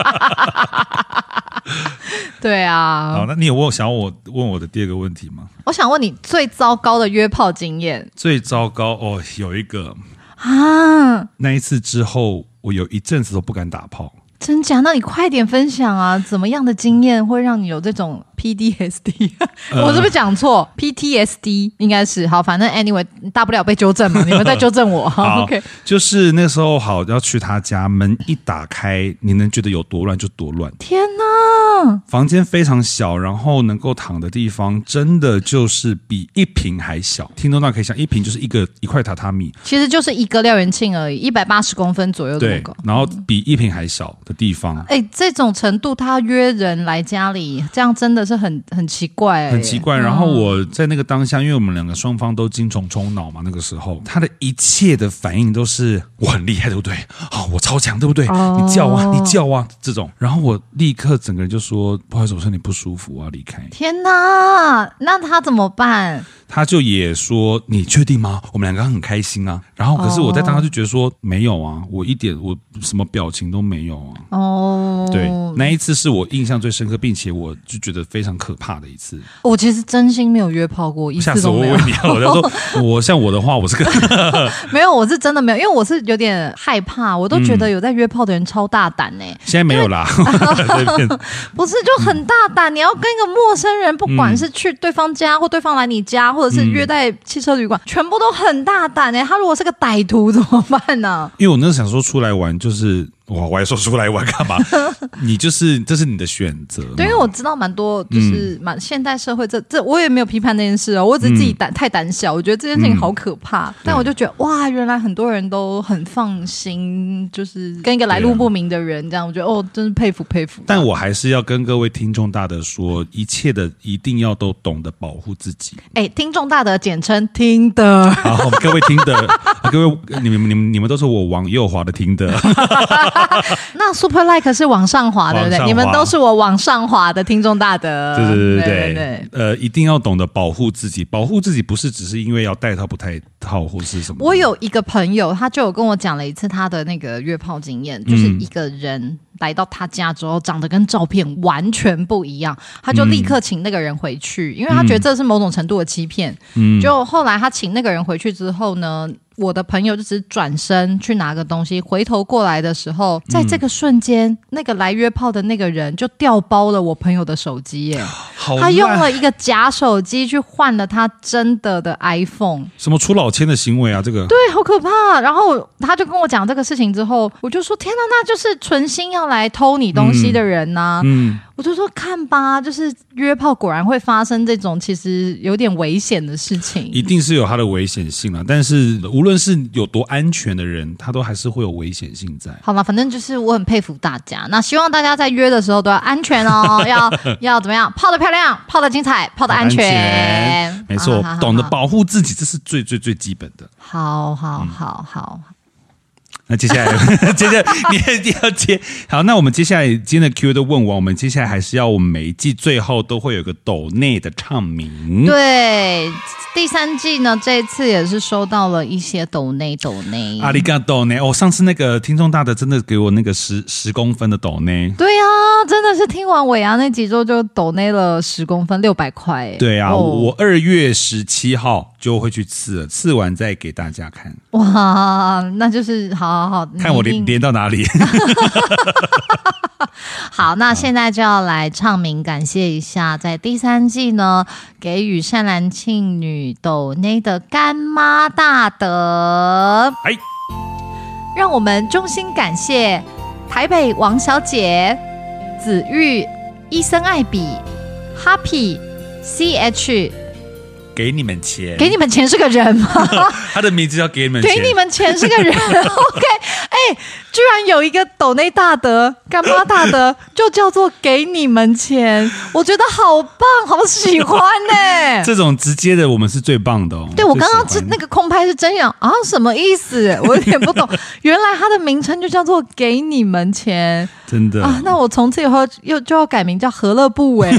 [SPEAKER 3] 对
[SPEAKER 2] 好，
[SPEAKER 3] 啊。
[SPEAKER 2] 那你有问我想要我问我的第二个问题吗？
[SPEAKER 3] 我想问你最糟糕的约炮经验
[SPEAKER 2] 最糟糕哦，有一个
[SPEAKER 3] 啊？
[SPEAKER 2] 那一次之后，我有一阵子都不敢打炮。
[SPEAKER 3] 真假？那你快点分享啊！怎么样的经验会让你有这种 PDSD？、我是
[SPEAKER 2] 呃
[SPEAKER 3] 不是讲错？PTSD 应该是好，反正 anyway，大不了被纠 正嘛，你们再纠正我。
[SPEAKER 2] 好
[SPEAKER 3] OK，
[SPEAKER 2] 就是那时候好要去他家，门一打开，你能觉得有多乱就多乱。
[SPEAKER 3] 天哪！
[SPEAKER 2] 房间非常小，然后能够躺的地方真的就是比一平还小。听众那可以想，一平就是一个一块榻榻米，
[SPEAKER 3] 其实就是一个廖元庆而已，一百八十公分左右这么
[SPEAKER 2] 对
[SPEAKER 3] 高。，
[SPEAKER 2] 然后比一平还小的地方，
[SPEAKER 3] 哎、这种程度，他约人来家里，这样真的是很很奇怪、欸
[SPEAKER 2] 很奇。
[SPEAKER 3] 嗯
[SPEAKER 2] 怪。然后我在那个当下，因为我们两个双方都精虫充脑嘛，那个时候他的一切的反应都是我很厉害，对不对？好、我超强，对不对？
[SPEAKER 3] 哦
[SPEAKER 2] 你叫啊，你叫啊，这种。然后我立刻整个人就说：“不好意思，我身体不舒服，我要离开。”
[SPEAKER 3] 天哪！那他怎么办？
[SPEAKER 2] 他就也说：“你确定吗？我们两个很开心啊。”然后可是我在当时就觉得说：“没有啊，我一点我什么表情都没有啊。”
[SPEAKER 3] 哦，
[SPEAKER 2] 对，那一次是我印象最深刻，并且我就觉得非常可怕的一次。
[SPEAKER 3] 我其实真心没有约炮过，一
[SPEAKER 2] 下
[SPEAKER 3] 次
[SPEAKER 2] 次
[SPEAKER 3] 都
[SPEAKER 2] 我
[SPEAKER 3] 没
[SPEAKER 2] 问
[SPEAKER 3] 有。
[SPEAKER 2] 你啊，我就说，我像我的话，我是个
[SPEAKER 3] 没有，我是真的没有，因为我是有点害怕，我都觉得有在约炮的人超大胆呢、
[SPEAKER 2] 现在没有 啦，随便
[SPEAKER 3] 不是就很大胆？你要跟一个陌生人，不管是去对方家或对方来你家，或者是约在汽车旅馆，全部都很大胆呢、欸他如果是个歹徒怎么办呢、
[SPEAKER 2] 因为我那时候想说出来玩，就是我我还说出来玩干 嘛？你就是这是你的选择嘛，
[SPEAKER 3] 对，因为我知道蛮多，就是蛮现代社会这这，我也没有批判这件事哦，我只是自己胆、太胆小，我觉得这件事情好可怕。但我就觉得哇，原来很多人都很放心，就是跟一个来路不明的人这样，我觉得哦，真是佩服佩服。
[SPEAKER 2] 但我还是要跟各位听众大德说，一切的一定要都懂得保护自 己。
[SPEAKER 3] 哎，听众大德简称 听的，
[SPEAKER 2] 然后各位听的， 啊各位你们你们你们都是我王右华的听 的，
[SPEAKER 3] 那 Super Like 是往上滑，对
[SPEAKER 2] 往
[SPEAKER 3] 不
[SPEAKER 2] 上
[SPEAKER 3] 对？
[SPEAKER 2] 滑
[SPEAKER 3] 你们都是我往上滑的听众大德，
[SPEAKER 2] 对对对
[SPEAKER 3] 对对
[SPEAKER 2] 对，呃，一定要懂得保护自己。保护自己不是只是因为要戴套不戴套或是什么，
[SPEAKER 3] 我有一个朋友，他就有跟我讲了一次他的那个约炮经
[SPEAKER 2] 嗯
[SPEAKER 3] 验，就是一个人来到他家之后，长得跟照片完全不一样，他就立刻请那个人回去，因为他觉得这是某种程度的欺骗。
[SPEAKER 2] 嗯
[SPEAKER 3] 就后来他请那个人回去之后呢，我的朋友就只转身去拿个东西，回头过来的时候，在这个瞬间，那个来约炮的那个人就调包了我朋友的手机耶，
[SPEAKER 2] 好烂
[SPEAKER 3] 他用了一个假手机去换了他真的的 iPhone。
[SPEAKER 2] 什么出老千的行为啊？这个
[SPEAKER 3] 对，好可怕。然后他就跟我讲这个事情之后，我就说：“天哪，那就是存心要来偷你东西的人呐、
[SPEAKER 2] 嗯，
[SPEAKER 3] 我就说：“看吧，就是约炮果然会发生这种其实有点危险的事情。
[SPEAKER 2] 一定是有它的危险性了。但是无论是有多安全的人，他都还是会有危险性在。
[SPEAKER 3] 好了，反正就是我很佩服大家。那希望大家在约的时候都要安全 哦，要要怎么样？泡的漂亮，泡的精彩，泡的安全。啊
[SPEAKER 2] 没错，
[SPEAKER 3] 好好好
[SPEAKER 2] 懂得保护自己，这是最最最基本的。
[SPEAKER 3] 好好好好，
[SPEAKER 2] 那接下 来，接下来你也一定要接。好，那我们接下来今天的 Q&A 的问完，我们接下来还是要我们每一季最后都会有个抖内的唱名。
[SPEAKER 3] 对。第三季呢，这一次也是收到了一些抖内抖内
[SPEAKER 2] 阿里嘎抖内哦，上次那个听众大的真的给我那个十十公分的抖内。
[SPEAKER 3] 对呀、真的是听完尾牙那几周就抖内了十公分六百块、欸。
[SPEAKER 2] 对啊，
[SPEAKER 3] 哦
[SPEAKER 2] 我二月十七号就会去刺了，刺完再给大家看，
[SPEAKER 3] 哇，那就是好好好，
[SPEAKER 2] 嗯看我
[SPEAKER 3] 你一
[SPEAKER 2] 连
[SPEAKER 3] 定
[SPEAKER 2] 连到哪里。
[SPEAKER 3] 好，那现在就要来唱名，感谢一下，在第三季呢给予善男信女抖内的干妈大德，
[SPEAKER 2] 哎，
[SPEAKER 3] 让我们衷心感谢台北王小姐、子玉、伊森艾比、Happy、C H，
[SPEAKER 2] 嗯给你们钱，
[SPEAKER 3] 给你们钱是个人吗？
[SPEAKER 2] 他的名字叫给你们钱，
[SPEAKER 3] 给你们钱是 个人，OK？哎、居然有一个抖内大德、干妈大德，就叫做给你们钱，我觉得好棒，好喜欢呢、
[SPEAKER 2] 这种直接的，我们是最棒的哦。
[SPEAKER 3] 对，我刚刚
[SPEAKER 2] 最喜
[SPEAKER 3] 这
[SPEAKER 2] 欢
[SPEAKER 3] 那个空拍是真想啊，什么意思？我有点不懂。原来它的名称就叫做“给你们 钱
[SPEAKER 2] 真”的
[SPEAKER 3] 啊，那我从此以后又就要改名叫“何乐哎不为”。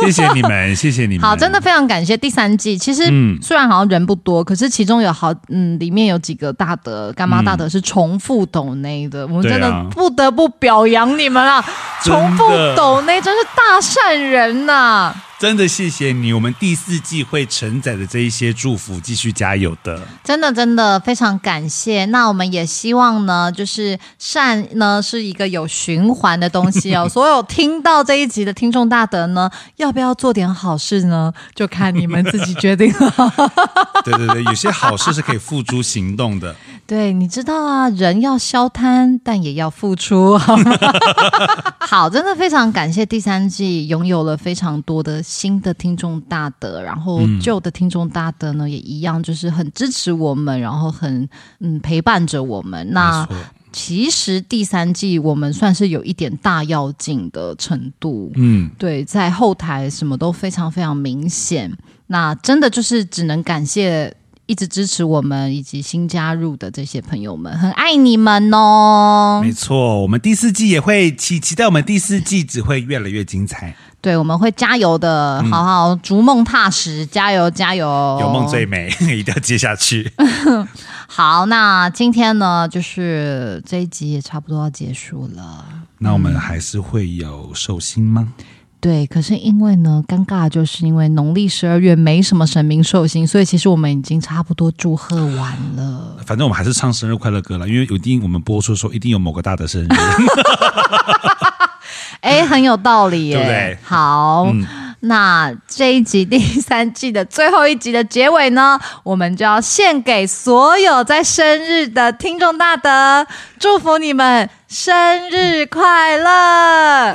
[SPEAKER 2] 谢谢你 们，谢谢你们。
[SPEAKER 3] 好，真的非常感谢第三季。其实、
[SPEAKER 2] 嗯
[SPEAKER 3] 虽然好像人不多，可是其中有好嗯，里面有几个大德干妈大德是重复抖内的，我们
[SPEAKER 2] 对
[SPEAKER 3] 真的
[SPEAKER 2] 啊
[SPEAKER 3] 不得不表扬你们啊！
[SPEAKER 2] 真的
[SPEAKER 3] 重复抖内真是大善人呐、啊
[SPEAKER 2] 真的谢谢你，我们第四季会承载的这一些祝福，继续加油的。
[SPEAKER 3] 真的真的非常感谢。那我们也希望呢，就是善呢是一个有循环的东西 哦。所有听到这一集的听众大德呢，要不要做点好事呢？就看你们自己决定了。
[SPEAKER 2] 对对对，有些好事是可以付诸行动 的。
[SPEAKER 3] 对，你知道啊，人要消贪，但也要付出。 好吗好，真的非常感谢第三季拥有了非常多的新的听众大德，然后
[SPEAKER 2] 嗯
[SPEAKER 3] 旧的听众大德呢也一样，就是很支持我们，然后很嗯陪伴着我们。那
[SPEAKER 2] 没错
[SPEAKER 3] 其实第三季我们算是有一点大要进的程度，
[SPEAKER 2] 嗯，
[SPEAKER 3] 对，在后台什么都非常非常明显。那真的就是只能感谢一直支持我们以及新加入的这些朋友们，很爱你们哦
[SPEAKER 2] 没。错，我们第四季也会期期待我们第四季只会越来越精彩，
[SPEAKER 3] 对，我们会加油的，好好逐梦踏实，加油加油！
[SPEAKER 2] 有梦最美， 一定要接下 去。
[SPEAKER 3] 好。那今天呢，就是这一集也差不多要结束了。
[SPEAKER 2] 那我们还是会有寿星吗？
[SPEAKER 3] 对，可是因为呢，尴尬的就是因为农历十二月没什么神明寿星，所以其实我们已经差不多祝贺完了。
[SPEAKER 2] 反正我们还是唱生日快乐歌了，因为一定我们播出的时候一定有某个大的生日。
[SPEAKER 3] 哎，很有道理
[SPEAKER 2] 嗯
[SPEAKER 3] 耶，
[SPEAKER 2] 对不对嗯
[SPEAKER 3] 好。那这一集第三季的最后一集的结尾呢，我们就要献给所有在生日的听众大德，祝福你们生日快 乐！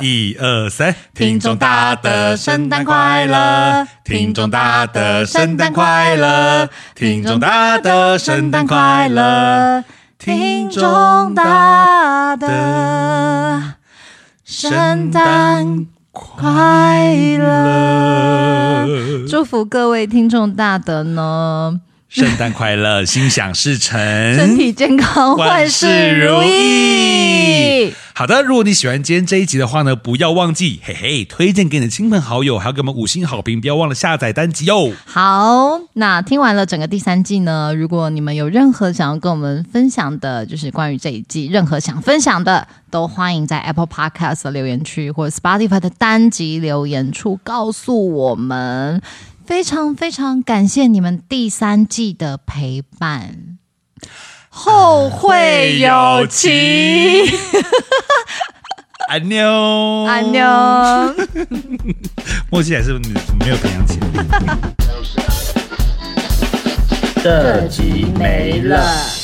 [SPEAKER 2] 一二三，
[SPEAKER 3] 听众大德圣诞快乐听众大德圣诞快乐听众大
[SPEAKER 2] 德
[SPEAKER 3] 圣诞快乐，听众大德，圣诞快乐！祝福各位听众大德呢，
[SPEAKER 2] 圣诞快乐，心想事成，
[SPEAKER 3] 身体健康，
[SPEAKER 2] 万
[SPEAKER 3] 嗯万
[SPEAKER 2] 事
[SPEAKER 3] 事
[SPEAKER 2] 如
[SPEAKER 3] 如
[SPEAKER 2] 意
[SPEAKER 3] 意。。
[SPEAKER 2] 好的，如果你喜欢今天这一集的话呢，不要忘记嘿嘿推荐给你的亲朋好友，还要给我们五星好评，不要忘了下载单集 哦。
[SPEAKER 3] 好，那听完了整个第三季呢，如果你们有任何想要跟我们分享的，就是关于这一季任何想分享的，都欢迎在 Apple Podcast 的留言区或者 Spotify 的单集留言处告诉我们。非常非常感谢你们第三季的陪伴，后会有期，
[SPEAKER 2] 安妞，
[SPEAKER 3] 安妞。
[SPEAKER 2] 默契还是你没有培养起来。
[SPEAKER 4] 这集没了。